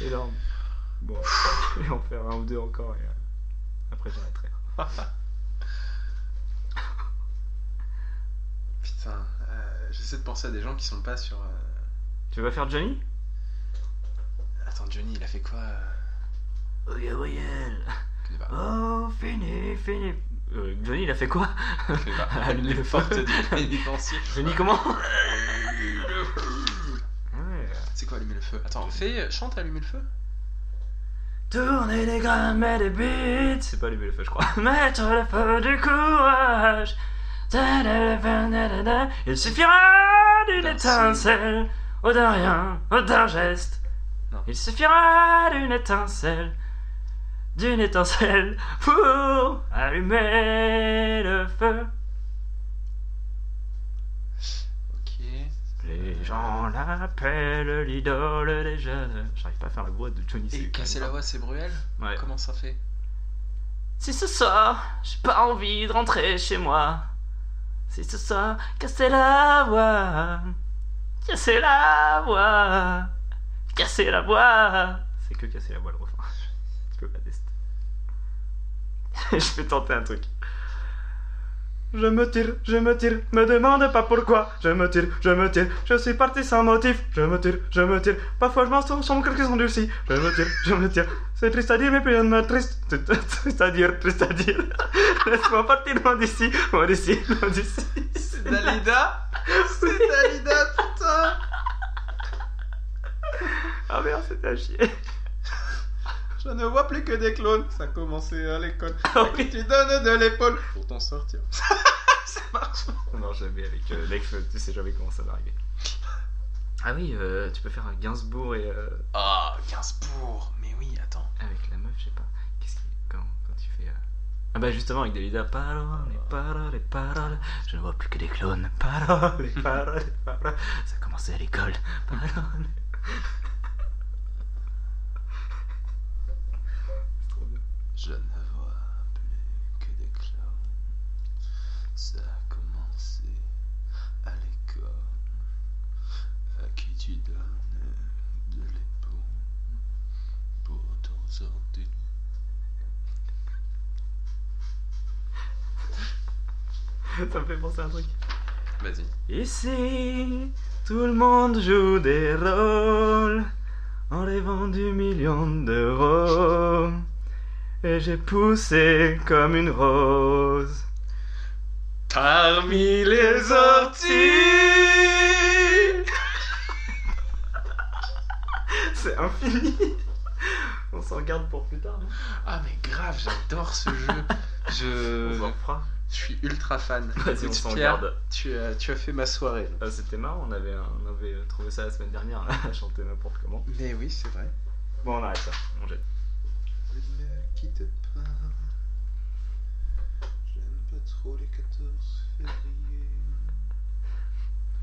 Énorme. Bon, je vais en faire un ou deux encore et euh, après j'arrêterai. Putain, euh, j'essaie de penser à des gens qui sont pas sur. euh, Tu veux pas faire Johnny Attends, Johnny, il a fait quoi euh, Hein Oh Gabriel Je sais pas. Oh fini, fini Euh, Johnny il a fait quoi Je sais pas. Allumer Allumer le le feu. porte du pénitencier. Johnny comment Ah C'est quoi allumer le feu Attends, euh, fais, chante allumer le feu. Tourner les grammes et les bits C'est pas allumer le feu je crois. Mettre le feu du courage Da, da, da, da, da, da, da. Il suffira d'une D'un étincelle Ou d'un rien, ou d'un geste Non. Il suffira d'une étincelle D'une étincelle pour allumer le feu Ok. Les gens l'appellent l'idole des jeunes. J'arrive pas à faire la voix de Johnny Et C. casser la voix, c'est Bruel Ouais. Comment ça fait Si ce soir, j'ai pas envie de rentrer chez moi. Si ce soir, casser la voix. Casser la voix. Casser la voix. C'est que casser la voix le refrain. Je peux pas tester. je vais tenter un truc. Je me tire, je me tire, me demande pas pourquoi. Je me tire, je me tire, je suis parti sans motif. Je me tire, je me tire, parfois je m'en sors sans quelques endurcis. Je me tire, je me tire, c'est triste à dire, mais plus rien ne me triste. Triste à dire, triste à dire. Laisse-moi partir loin d'ici, loin d'ici, loin d'ici. C'est Dalida C'est Dalida, putain Ah merde, c'était à chier. Je ne vois plus que des clones. Ça a commencé à l'école. Ah Et tu donnes de l'épaule pour t'en sortir. ça marche. Non, jamais avec euh, Lex, tu sais jamais comment ça va arriver. Ah oui, euh, tu peux faire un Gainsbourg et. euh, Ah, 15 pour. Mais oui, attends. avec la meuf, je sais pas. Qu'est-ce qu'il. Quand, quand tu fais. euh, Ah bah justement, avec Dalida. Paroles, paroles, paroles. Je ne vois plus que des clones. Paroles, paroles, paroles. Ça a commencé à l'école. Paroles. C'est trop bien. Je ne vois plus que des clowns. Ça a commencé à l'école. À qui tu hein, donnes de l'épaule pour t'en sortir. Ça me fait penser à un truc. Vas-y. Ici, tout le monde joue des rôles en rêvant du million d'euros. Et j'ai poussé comme une rose. Parmi les orties C'est infini. On s'en garde pour plus tard. hein. Ah mais grave, j'adore ce jeu. On Je, s'en fera. je suis ultra fan. Euh, Vas-y, on Écoute, s'en Pierre, garde. Tu as, tu as fait ma soirée. là. Ah, C'était marrant, on avait, on avait trouvé ça la semaine dernière, là, à chanter n'importe comment. Mais oui, c'est vrai. Bon, on arrête ça, on jette. Ne me quitte pas. J'aime pas trop les 14 février.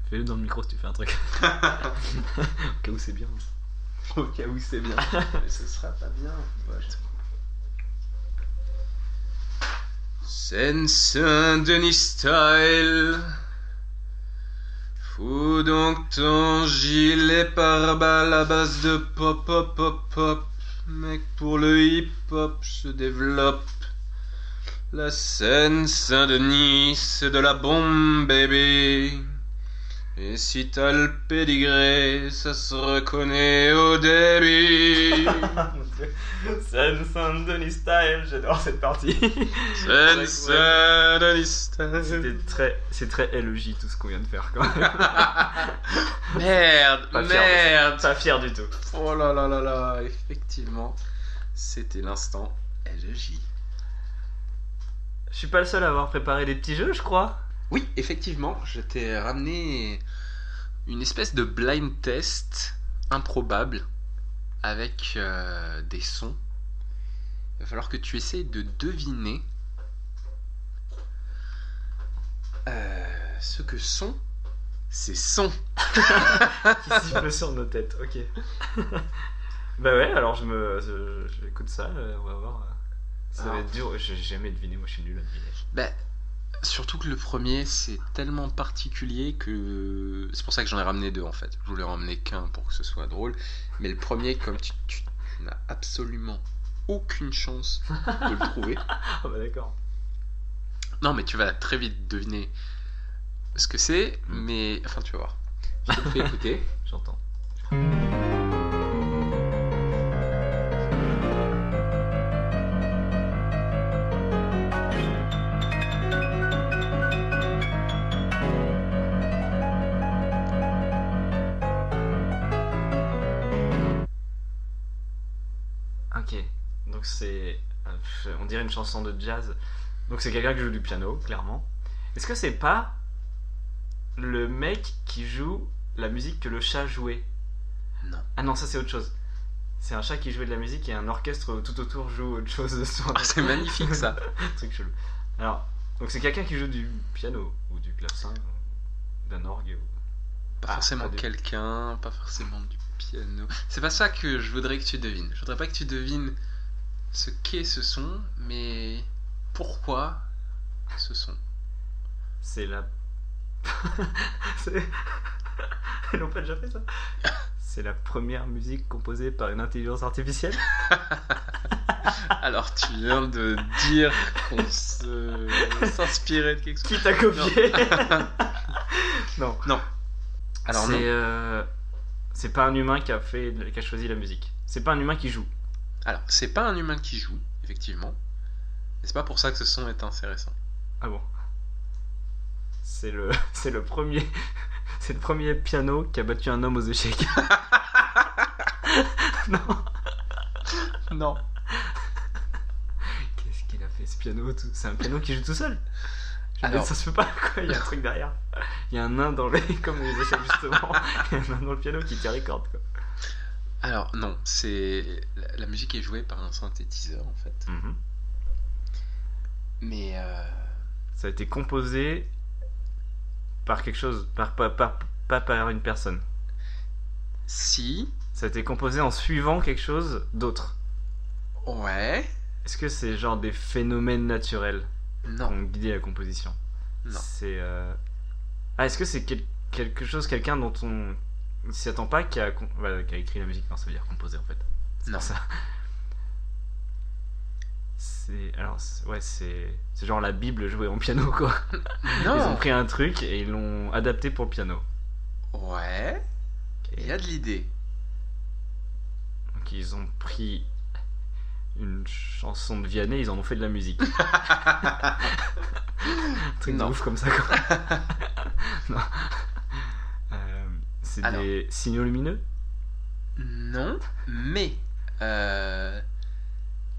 Fais-le dans le micro si tu fais un truc. Au cas où c'est bien. Au cas où c'est bien. Mais ce sera pas bien, pote. Seine-Saint-Denis style. Fous donc ton gilet par balle à base de pop pop pop pop. Mec, pour le hip hop se développe. La Seine-Saint-Denis, c'est de la bombe, baby. Et si t'as le pédigré, ça se reconnaît au débit. Sun Sun Denis Style, j'adore cette partie. Sen C'était très, c'est très LOJ tout ce qu'on vient de faire quand même. Merde, Pas fier de ça. merde. Pas fier du tout. Oh là là là là, effectivement, c'était l'instant LJ. Je suis pas le seul à avoir préparé des petits jeux, je crois. Oui, effectivement, je t'ai ramené une espèce de blind test improbable avec euh, des sons. Il va falloir que tu essayes de deviner euh, ce que sont ces sons. Qui siffle sur nos têtes, ok. bah ouais, alors je me, je- je- j'écoute ça, euh, on va voir. euh, Ça va Alors. être dur, j'ai jamais deviné, moi je suis nul à deviner. Ben, surtout que le premier, c'est tellement particulier que. C'est pour ça que j'en ai ramené deux en fait. Je voulais en ramener qu'un pour que ce soit drôle. Mais le premier, comme tu, tu n'as absolument aucune chance de le trouver. Ah bah d'accord. Non, mais tu vas très vite deviner ce que c'est, Mm. mais. Enfin, tu vas voir. Je te le fais écouter. J'entends. Ok, donc c'est. euh, pff, On dirait une chanson de jazz. Donc c'est quelqu'un qui joue du piano, clairement. Est-ce que c'est pas le mec qui joue la musique que le chat jouait Non. Ah non, ça c'est autre chose. C'est un chat qui jouait de la musique et un orchestre tout autour joue autre chose. Sur Ah, c'est magnifique ça. un truc chelou. Alors, donc c'est quelqu'un qui joue du piano ou du clavecin, ou d'un orgue. ou- Ah, Pas forcément pas du- quelqu'un, pas forcément du piano. C'est pas ça que je voudrais que tu devines. Je voudrais pas que tu devines ce qu'est ce son, mais pourquoi ce son. C'est la. C'est- Ils l'ont pas déjà fait ça C'est la première musique composée par une intelligence artificielle Alors tu viens de dire qu'on se- s'inspirait de quelque chose. Qui t'a copié Non. Alors c'est non. euh, c'est pas un humain qui a fait qui a choisi la musique. C'est pas un humain qui joue. Alors c'est pas un humain qui joue, effectivement. Mais c'est pas pour ça que ce son est intéressant. Ah bon. C'est le c'est le premier c'est le premier piano qui a battu un homme aux échecs. non. Non. Qu'est-ce qu'il a fait ce piano tout- C'est un piano qui joue tout seul. Je veux Alors. dire, ça se fait pas quoi, il y a un truc derrière. Il y a un nain dans les comme les échecs justement. Il y a un nain dans le piano qui tire les cordes quoi. Alors non, c'est la- la musique est jouée par un synthétiseur en fait. Mhm. Mais euh, Ça a été composé par quelque chose par pas par, pas par une personne. si, Ça a été composé en suivant quelque chose d'autre. ouais, Est-ce que c'est genre des phénomènes naturels qui non, ont guidé la composition Non. C'est. euh, Ah, est-ce que c'est quel- quelque chose, quelqu'un dont on ne s'y attend pas qui a, com- voilà, qui a écrit la musique Non, ça veut dire composé en fait. C'est Non. pour ça. c'est. Alors, c'est- ouais, c'est. C'est genre la Bible jouée en piano, quoi. Ils ont Non pris un truc et ils l'ont adapté pour le piano. Ouais, il y Et a de l'idée. donc, ils ont pris une chanson de Vianney, ils en ont fait de la musique. un truc de Non. ouf comme ça, quoi. non. Euh, c'est Alors. des signaux lumineux Non, mais euh,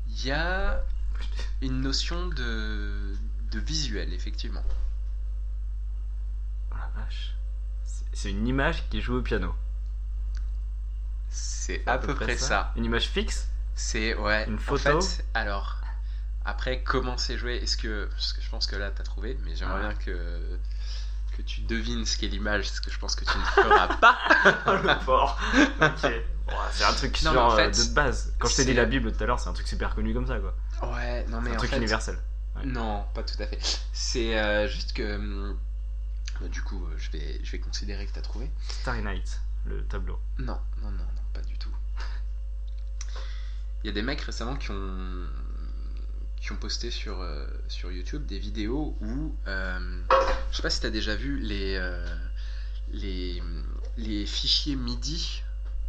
il y a Oh une notion de, de visuel, effectivement. Oh la vache. C'est- C'est une image qui est jouée au piano. C'est à, peu, près ça. Une image fixe C'est, ouais. Une en photo fait, alors, après, comment c'est joué Est-ce que. Parce que je pense que là, t'as trouvé, mais j'aimerais Ah. bien que. Que tu devines ce qu'est l'image, parce que je pense que tu ne feras pas. Oh, le fort Ok. Ouah, c'est un truc Non, mais en genre euh, fait, de base. Quand je t'ai c'est- dit la Bible tout à l'heure, c'est un truc super connu comme ça, quoi. Ouais, non, C'est mais un en truc fait, universel. Ouais. Non, pas tout à fait. C'est euh, juste que. hum, bah, du coup, euh, je vais, je vais considérer que t'as trouvé. Starry Night, le tableau. Non, non, non, non, pas du tout. Il y a des mecs récemment qui ont, qui ont posté sur, euh, sur YouTube des vidéos où. euh, je sais pas si t'as déjà vu les, euh, les, les fichiers MIDI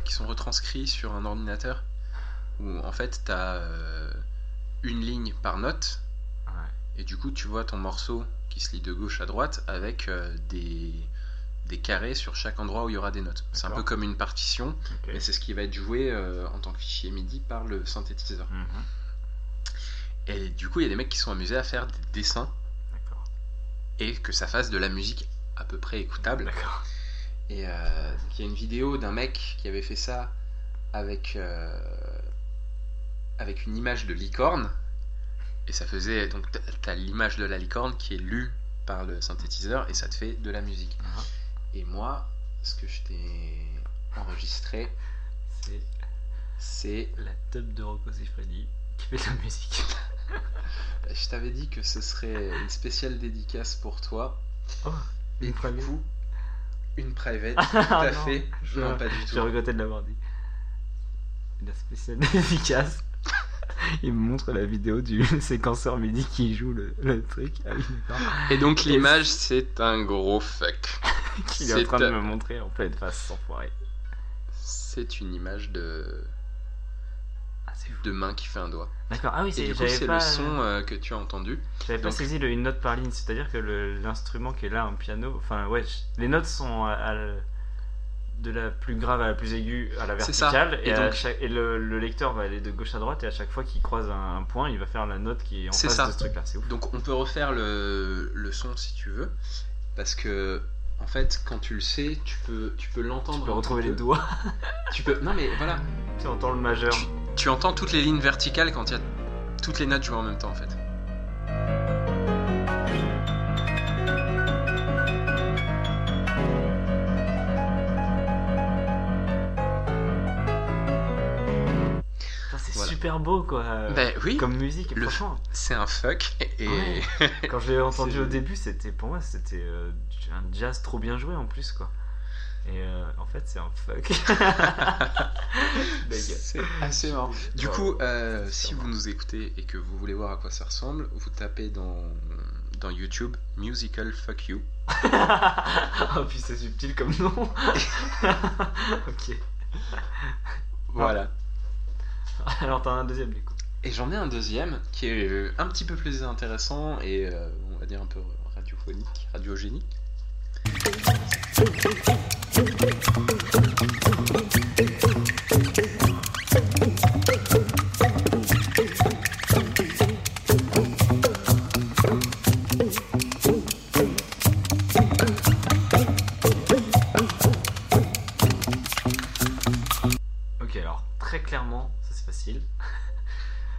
qui sont retranscrits sur un ordinateur. Où en fait, t'as euh, une ligne par note. Ouais. Et du coup, tu vois ton morceau qui se lit de gauche à droite avec euh, des, des carrés sur chaque endroit où il y aura des notes. C'est un D'accord. peu comme une partition, Ok. mais c'est ce qui va être joué euh, en tant que fichier MIDI par le synthétiseur. Mhm. Et du coup, il y a des mecs qui sont amusés à faire des dessins D'accord. et que ça fasse de la musique à peu près écoutable. D'accord. Et euh, donc, il y a une vidéo d'un mec qui avait fait ça avec, euh, avec une image de licorne. Et ça faisait. Donc, t'as- t'as l'image de la licorne qui est lue par le synthétiseur et ça te fait de la musique. Ah. Et moi, ce que je t'ai enregistré, C'est c'est. la tub de Rocco Siffredi qui fait de la musique. Je t'avais dit que ce serait une spéciale dédicace pour toi. Oh, Et une du private. coup, une private, tout Ah, à non. fait. Je- Non, pas du J'ai tout. regretté de l'avoir dit. La spéciale efficace. Il me montre la vidéo du séquenceur midi qui joue le, le truc. Ah oui, d'accord. Et donc, l'image, c'est un gros fuck. Qu'il est en C'est train de un- me montrer en pleine face, sans foirer. C'est une image de... Ah, c'est fou. de main qui fait un doigt. D'accord. Ah oui, Et c'est du coup, j'avais c'est pas, le son euh, que tu as entendu. j'avais pas donc- saisi le- une note par ligne. C'est-à-dire que le- l'instrument qui est là, un piano. Enfin, ouais, je- les notes sont à- à le- de la plus grave à la plus aiguë à la C'est ça. verticale. Et, Et à donc- chaque- et le, le lecteur va aller de gauche à droite. Et à chaque fois qu'il croise un, un point, il va faire la note qui est en C'est face ça. de ce truc-là. C'est ouf. Donc on peut refaire le, le son si tu veux. Parce que, en fait, quand tu le sais, tu peux, tu peux l'entendre. Tu peux un retrouver petit les peu. doigts. Tu peux... Non mais voilà, tu entends le majeur. tu entends toutes les lignes verticales quand il y a toutes les notes jouées en même temps en fait. Putain, C'est Voilà. super beau, quoi. euh, Ben oui, Comme musique, Le- franchement. c'est un fuck. Et... Ouais. Quand je l'ai entendu au joli. début, c'était pour moi, c'était euh, un jazz trop bien joué en plus, quoi. Et euh, en fait, c'est un fuck. Dégage. C'est assez marrant. Du Ouais. coup, euh, C'est si sûr. vous nous écoutez et que vous voulez voir à quoi ça ressemble, vous tapez dans, dans YouTube Musical Fuck You. Ah, puis c'est subtil comme nom. ok. Voilà. Alors t'en as un deuxième du coup. Et j'en ai un deuxième qui est euh, un petit peu plus intéressant et euh, on va dire un peu radiophonique, radiogénique. Ok, alors très clairement, ça c'est facile.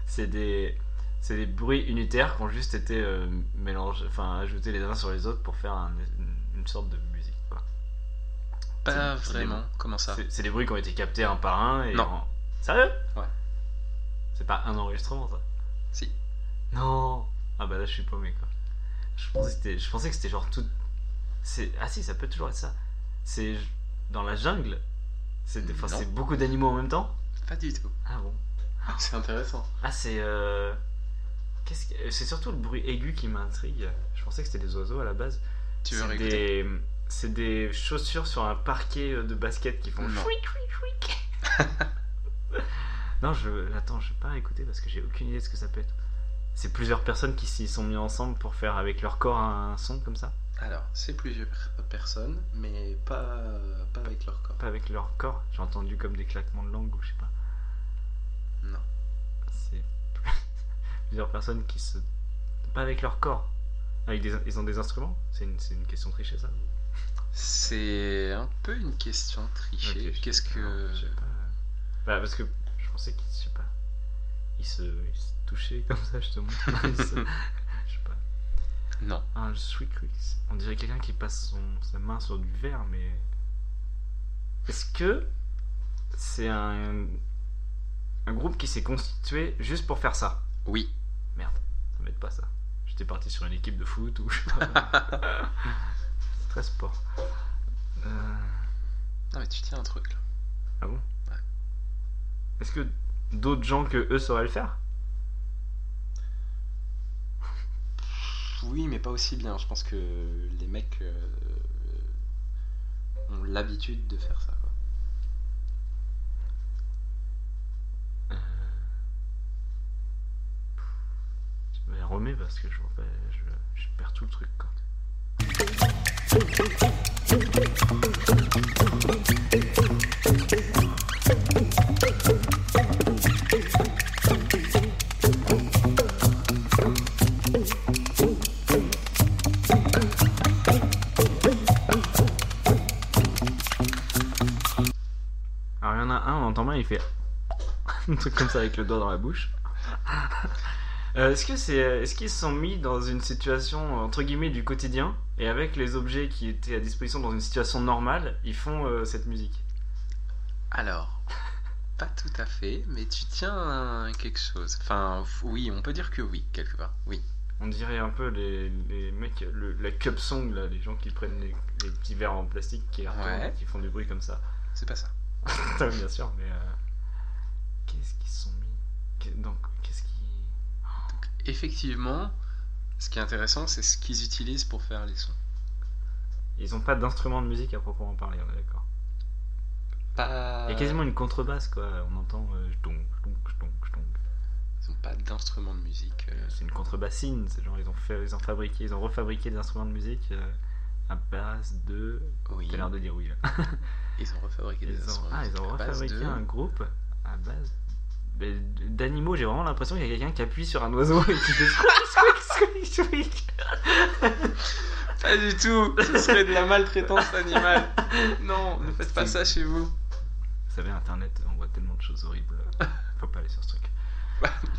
c'est des, c'est des bruits unitaires qui ont juste été euh, mélangés, enfin ajoutés les uns sur les autres pour faire un- une, une sorte de musique. Quoi. Pas c'est vraiment. Comment ça C'est- C'est des bruits qui ont été captés un par un et. Non. en- Sérieux Ouais. C'est pas un enregistrement ça Si. Non Ah bah là je suis paumé quoi. Je pensais que c'était, je pensais que c'était genre tout. c'est- Ah si, ça peut toujours être ça. C'est dans la jungle C'est des- enfin, Non. c'est beaucoup d'animaux en même temps Pas du tout. Ah bon C'est intéressant. Ah c'est. euh, Qu'est-ce que- C'est surtout le bruit aigu qui m'intrigue. Je pensais que c'était des oiseaux à la base. Tu veux C'est réécouter des... C'est des chaussures sur un parquet euh, de basket qui font Non. chouic, chouic, chouic. non, je... Attends, je vais pas écouter parce que j'ai aucune idée de ce que ça peut être. C'est plusieurs personnes qui s'y sont mis ensemble pour faire avec leur corps un son comme ça. Alors, c'est plusieurs per- personnes, mais pas, pas avec leur corps. Pas avec leur corps. J'ai entendu comme des claquements de langue ou je sais pas. Non. C'est plusieurs personnes qui se... Pas avec leur corps. Avec des... Ils ont des instruments C'est une... c'est une question trichée ça C'est un peu une question trichée. Ok, je Qu'est-ce sais pas, que. je sais pas. Bah parce que je pensais qu'il je sais pas. Il se, il se touchait comme ça justement. Il se- je sais pas. Non. Un sweet quiz. On dirait quelqu'un qui passe son, sa main sur du verre, mais est-ce que c'est un un groupe qui s'est constitué juste pour faire ça Oui. Merde, ça m'aide pas ça. J'étais parti sur une équipe de foot ou je sais pas. C'est Très sport. Euh... Non, mais tu tiens un truc là. Est-ce que d'autres gens que eux sauraient le faire Oui, mais pas aussi bien. Je pense que les mecs euh, ont l'habitude de faire ça. quoi. Je vais remettre parce que je, vois pas- je, je perds tout le truc. Quoi. Alors il y en a un, on entend bien, il fait un truc comme ça avec le doigt dans la bouche. Euh, est-ce que c'est, est-ce qu'ils se sont mis dans une situation euh, entre guillemets du quotidien et avec les objets qui étaient à disposition dans une situation normale, ils font euh, cette musique Alors, pas tout à fait, mais tu tiens un- quelque chose. Enfin, f- oui, on peut dire que oui, quelque part. Oui. On dirait un peu les, les mecs, le, la cup song là, les gens qui prennent les, les petits verres en plastique qui, retournent Ouais. et qui font du bruit comme ça. C'est pas ça. Putain, bien sûr, mais euh, qu'est-ce qu'ils se sont mis Qu'est- Donc qu'est-ce qui Effectivement, ce qui est intéressant, c'est ce qu'ils utilisent pour faire les sons. Ils ont pas d'instrument de musique à proprement parler, on est d'accord. Pas... Il Euh. y a quasiment une contrebasse quoi, on entend euh, jtonk, jtonk, jtonk, jtonk. Ils n'ont pas d'instrument de musique. euh, C'est une contrebassine, c'est genre ils ont fait, ils ont fabriqué, ils ont refabriqué des instruments de musique euh, à base de. oui. T'as l'air de dire oui là. Ils ont refabriqué des Ils ont, instruments. ah, de ils ont musique à base refabriqué de- un groupe à base de- d'animaux. J'ai vraiment l'impression qu'il y a quelqu'un qui appuie sur un oiseau et qui fait squeak, squeak, squeak, squeak. Pas du tout. Ce serait de la maltraitance animale. Non, ne faites pas ça chez vous. Vous savez, Internet, on voit tellement de choses horribles. Faut pas aller sur ce truc.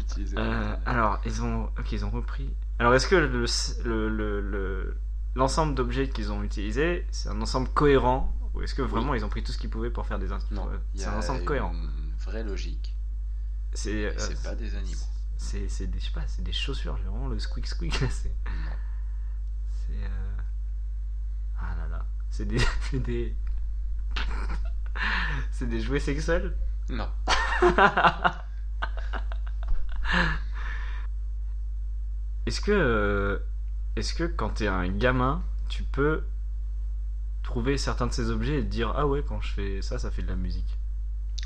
Utilisez- Euh, alors, ils ont, ok, ils ont repris. Alors, est-ce que le le- le- le- l'ensemble d'objets qu'ils ont utilisés, c'est un ensemble cohérent ou est-ce que vraiment ils ont pris tout ce qu'ils pouvaient pour faire des instruments Non, il y C'est a un ensemble cohérent. Une vraie logique. C'est Et euh, c'est pas des animaux. c'est c'est des je sais pas, c'est des chaussures. J'ai vraiment le squeak squeak là. C'est Non. c'est, euh, ah là là, c'est des c'est des c'est des jouets sexuels. Non. Est-ce que, euh, est-ce que quand t'es un gamin, tu peux trouver certains de ces objets et te dire ah ouais quand je fais ça, ça fait de la musique.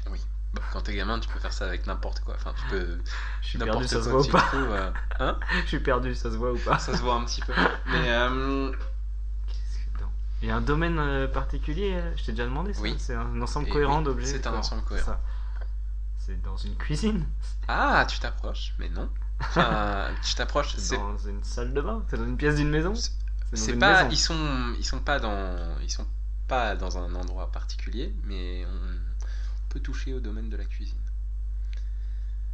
Bon, Bah, quand t'es gamin, tu peux faire ça avec n'importe quoi. Enfin, tu peux. Je suis perdu, N'importe ça se quoi. voit tu ou pas trouves, euh, Hein Je suis perdu, ça se voit ou pas Ça se voit un petit peu. Mais euh, Qu'est-ce que- non. Il y a un domaine euh, particulier, euh, je t'ai déjà demandé ça. Oui. C'est un ensemble Et cohérent oui, d'objets. c'est un cohérents, ensemble c'est cohérent. ça. C'est dans une cuisine, ah, tu t'approches, mais non. Enfin, tu t'approches. c'est C'est dans une salle de bain, c'est dans une pièce d'une maison. C'est- dans C'est une pas, maison. ils sont, ils sont pas dans, ils sont pas dans un endroit particulier, mais on peut toucher au domaine de la cuisine.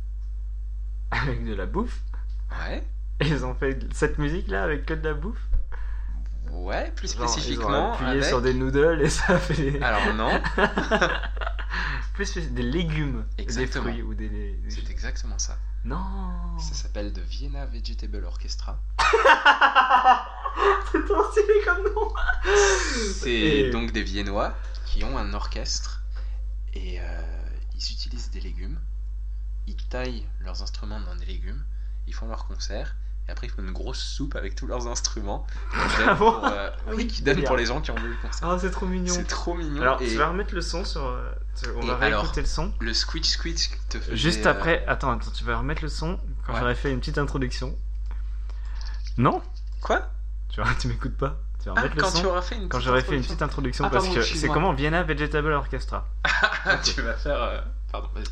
Avec de la bouffe. Ouais, Et ils ont fait cette musique là avec que de la bouffe. ouais, plus Genre, Ils ont spécifiquement appuyé avec. sur des noodles et ça a fait des... Alors non, plus spécif- des légumes, et Exactement. des fruits ou des. des- des- c'est exactement ça. Non. Ça s'appelle de Vienna Vegetable Orchestra. C'est stylé comme nom. C'est Et- donc des Viennois qui ont un orchestre et euh, ils utilisent des légumes. Ils taillent leurs instruments dans des légumes ils font leur concert, et après ils font une grosse soupe avec tous leurs instruments qu'ils Ah donnent, bon pour, euh, Ah oui, oui, qu'ils donnent bien. pour les gens qui ont vu le concert. Ah, c'est trop mignon. c'est trop mignon. Alors, et tu vas remettre le son sur. euh, tu- On Et va réécouter alors, le son. le squeak squeak te faisait, Juste euh, après, attends, attends, tu vas remettre le son quand Ouais. j'aurai fait une petite introduction. Non Quoi Tu, vois, tu m'écoutes pas Tu vas Ah, remettre le quand tu son auras fait une quand petite j'aurai fait une introduction. petite introduction Ah, parce pardon, que c'est excuse-moi. comment Vienna Vegetable Orchestra. Ah, tu vas faire. euh, Pardon, vas-y.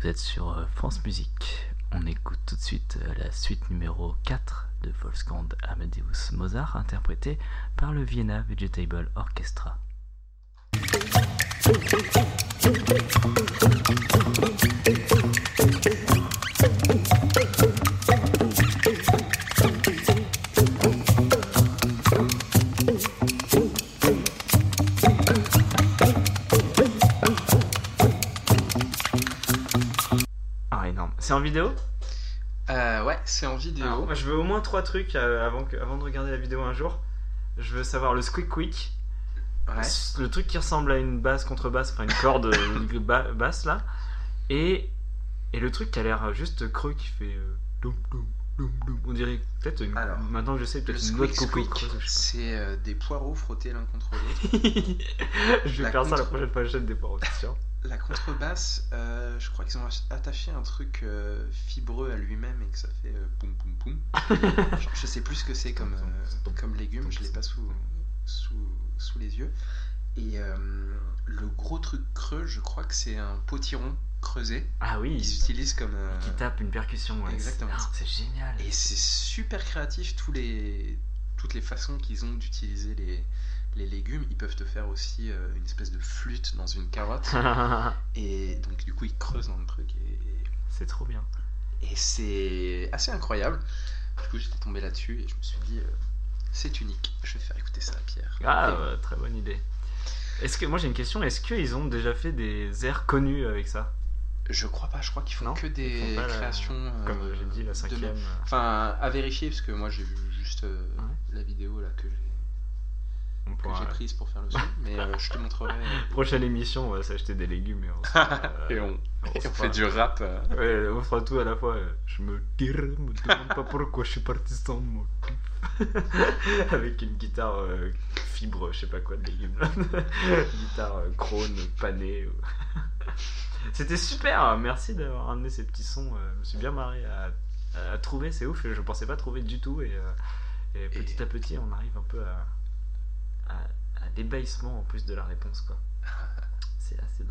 Vous êtes sur euh, France Musique. On écoute tout de suite euh, la suite numéro 4 de Wolfgang Amadeus Mozart interprétée par le Vienna Vegetable Orchestra. Ah énorme. C'est en vidéo Euh, ouais, c'est en vidéo. Alors, moi, je veux au moins trois trucs euh, avant, que- avant de regarder la vidéo un jour. Je veux savoir le squeak quick, Ouais. le truc qui ressemble à une basse contre basse, enfin une corde euh, une ba- basse là, et, et le truc qui a l'air juste creux qui fait. euh, doum, doum, doum, doum. On dirait peut-être une. Alors, maintenant que je sais, Le peut-être une noix de squeak coco squeak, creuse. je sais c'est euh, des poireaux frottés l'un contre l'autre. pas. je vais La faire ça la contre- prochaine fois que j'achète des hein. poireaux, c'est sûr. La contrebasse, euh, je crois qu'ils ont ach- attaché un truc euh, fibreux à lui-même et que ça fait euh, boum boum boum. je, je sais plus ce que c'est comme, euh, comme légume, je l'ai pas sous, sous, sous les yeux. Et euh, le gros truc creux, je crois que c'est un potiron creusé. Ah oui, Ils qui utilisent comme. euh, tape une percussion. ouais. Exactement. Ah, C'est génial. Et c'est super créatif tous les, toutes les façons qu'ils ont d'utiliser les, les légumes. Ils peuvent te faire aussi euh, une espèce de flûte dans une carotte. Et donc du coup ils creusent dans le truc. Et, c'est trop bien. et c'est assez incroyable. Du coup j'étais tombé là-dessus et je me suis dit euh, c'est unique. Je vais faire écouter ça à Pierre. Ah, Et- bah, très bonne idée. Est-ce que moi j'ai une question Est-ce qu'ils ont déjà fait des airs connus avec ça Je crois pas, je crois qu'ils font Non, que ils des font pas la- créations. euh, Comme euh, j'ai dit, la de- cinquième. euh, Enfin, à vérifier, parce que moi j'ai vu juste euh, Ouais. la vidéo là que j'ai que euh, on pourra- j'ai prise pour faire le son, mais euh, je te montrerai. Prochaine émission, on va s'acheter des légumes et on, se- Et on, on se et on fera- fait du rap. euh. Ouais, on fera tout à la fois. euh, Je me tire, me demande pas pourquoi je suis parti sans mon kiff. Avec une guitare euh, fibre, je sais pas quoi, de légumes. là. guitare euh, crône, panée. ou- C'était super, hein, merci d'avoir amené ces petits sons. euh, Je me suis bien marré à, à trouver, c'est ouf, je pensais pas trouver du tout. Et, euh, et petit à petit, on arrive un peu à, à- à l'ébahissement en plus de la réponse, quoi. C'est assez dingue.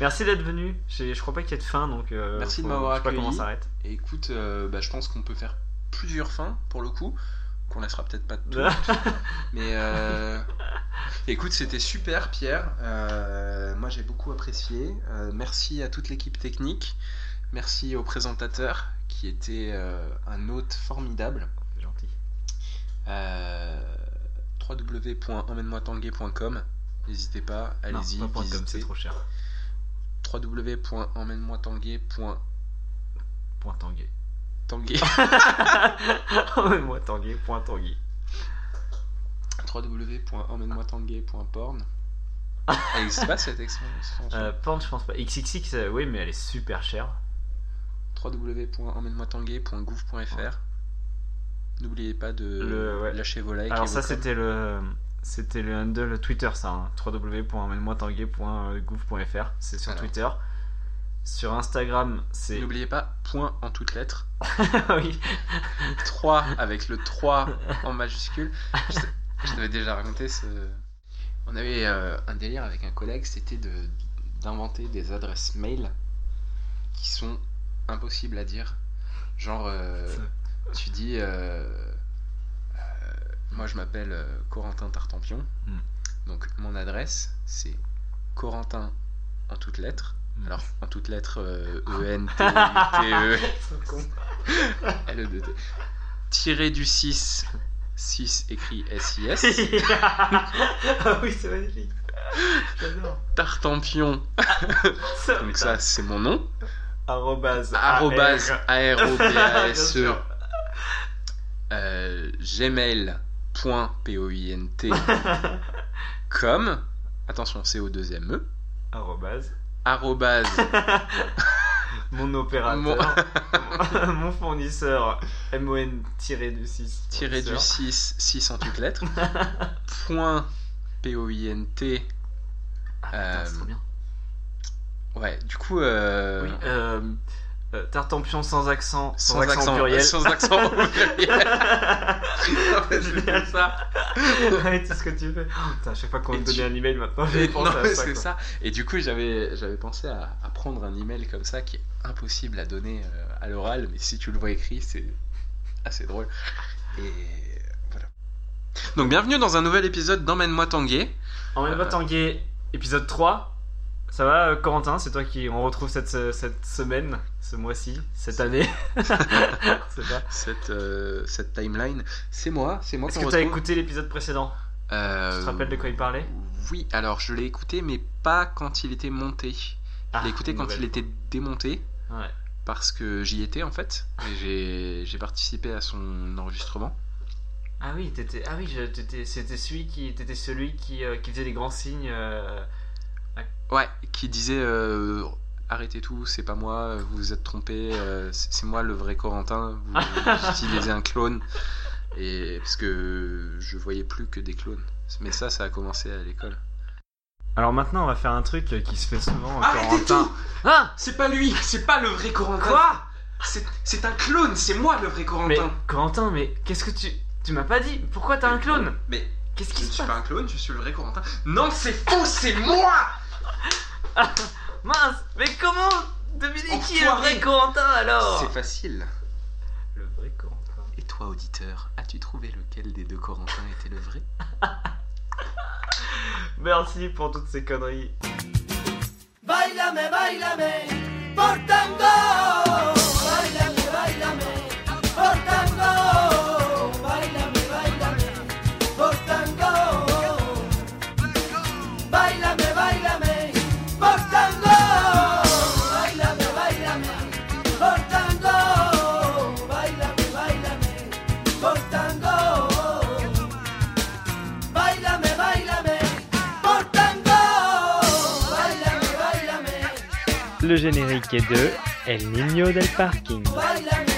Merci d'être venu. J'ai- Je crois pas qu'il y ait de fin, donc. euh, Merci de faut- m'avoir Je sais pas comment accueilli. ça s'arrête. Et écoute, euh, bah, je pense qu'on peut faire plusieurs fins pour le coup, qu'on laissera peut-être pas de tout. Mais euh, écoute, c'était super, Pierre. Euh, moi, j'ai beaucoup apprécié. Euh, merci à toute l'équipe technique. Merci au présentateur qui était euh, un hôte formidable. C'est gentil. Euh, www.emmène-moi-tanguay.com. N'hésitez pas, Non, allez-y. pas point .com, c'est visitez. trop cher. www.emmène-moi-tanguay.tanguay. Point Tanguy. moi Tanguy, point Tanguy. www.emmène-moi-tanguay.porn. Elle n'existe pas cette extension. Euh, porn, je pense pas. XXX, euh, oui, mais elle est super chère. www.emmène-moi-tanguay.gouv.fr. Ouais. N'oubliez pas de Le- ouais. lâcher vos likes. Alors et ça, vos com. c'était le c'était le handle Twitter, ça. Hein. www.amène-moi-tanguay.gouv.fr, C'est sur Voilà. Twitter. Sur Instagram, c'est. Ah N'oubliez pas, point en toutes lettres. oui. 3 avec le 3 en majuscule. Je, je t'avais déjà raconté ce. On avait euh, un délire avec un collègue, c'était de- d'inventer des adresses mail qui sont impossibles à dire. Genre, euh, tu dis euh, euh, Moi je m'appelle euh, Corentin Tartampion. Hmm. Donc mon adresse c'est Corentin en toutes lettres. Hmm. Alors en toutes lettres euh, E N T T E LE2T. Tiré du 6, 6 écrit SIS. ah oui, c'est magnifique. J'adore. Tartampion, donc ça c'est mon nom. Arrobase. Arrobase AR. E. Bien AROBASE sûr. E. euh, gmail.point comme attention c'est au deuxième E Arrobase. arrobase mon opérateur, mon, fournisseur, MON-6. tiré du fournisseur. 6, 6 en toutes lettres, point P-O-I-N-T. Ah, putain, Euh, c'est trop bien. Ouais, du coup, euh, Oui, euh, euh, Tartampion sans accent, sans, sans, accent, accent, pluriel. sans accent au pluriel. C'est Génial. pour ça. ouais, c'est ce que tu fais. Oh, putain, à chaque fois qu'on Et me tu- donnait un email maintenant, Et j'ai non, pensé à mais ça. c'est quoi. ça. Et du coup, j'avais j'avais pensé à, à prendre un email comme ça qui est impossible à donner euh, à l'oral, mais si tu le vois écrit, c'est assez drôle. Et voilà. Donc, bienvenue dans un nouvel épisode d'Emmène-moi Tanguay. Emmène-moi Euh, Tanguay, épisode 3. Ça va, euh, Corentin C'est toi qui on retrouve cette, se- cette semaine, ce mois-ci, cette année C'est pas. Cette, euh, cette timeline, c'est moi, c'est moi Est-ce qu'on que t'as retrouve. écouté l'épisode précédent Euh, Tu te rappelles de quoi il parlait Oui, alors je l'ai écouté, mais pas quand il était monté. Je Ah, l'ai écouté une quand nouvelle. il était démonté, Ouais. parce que j'y étais en fait. Et j'ai- j'ai participé à son enregistrement. Ah oui, t'étais... Ah oui je- t'étais- c'était celui qui, t'étais celui qui, euh, qui faisait les grands signes. euh, Ouais, qui disait euh, arrêtez tout, c'est pas moi, vous vous êtes trompé, euh, c'est c'est moi le vrai Corentin, vous utilisez un clone. Et parce que je voyais plus que des clones. Mais ça, ça a commencé à l'école. Alors maintenant, on va faire un truc euh, qui se fait souvent. Corentin. Ah C'est pas lui, c'est pas le vrai Corentin. Quoi C'est un clone, c'est moi le vrai Corentin. Mais Corentin, mais qu'est-ce que tu. Tu m'as pas dit Pourquoi t'as un clone Mais Qu'est-ce je qui ne se suis passe pas un clone, je suis le vrai Corentin. Non, c'est faux, c'est moi Mince Mais comment deviner qui est le Enfoiré vrai Corentin alors C'est facile. Le vrai Corentin. Et toi, auditeur, as-tu trouvé lequel des deux Corentins était le vrai Merci pour toutes ces conneries. Bailame, bailame, por tango. Bailame, bailame, por tango. Bailame, bailame, por tango. Bailame, bailame, por tango. Bailame, bailame, por tango. Bailame, bailame, por tango. Bailame, bailame, por tango. Bailame, bailame. Le générique est de El Niño del Parking. Bailame,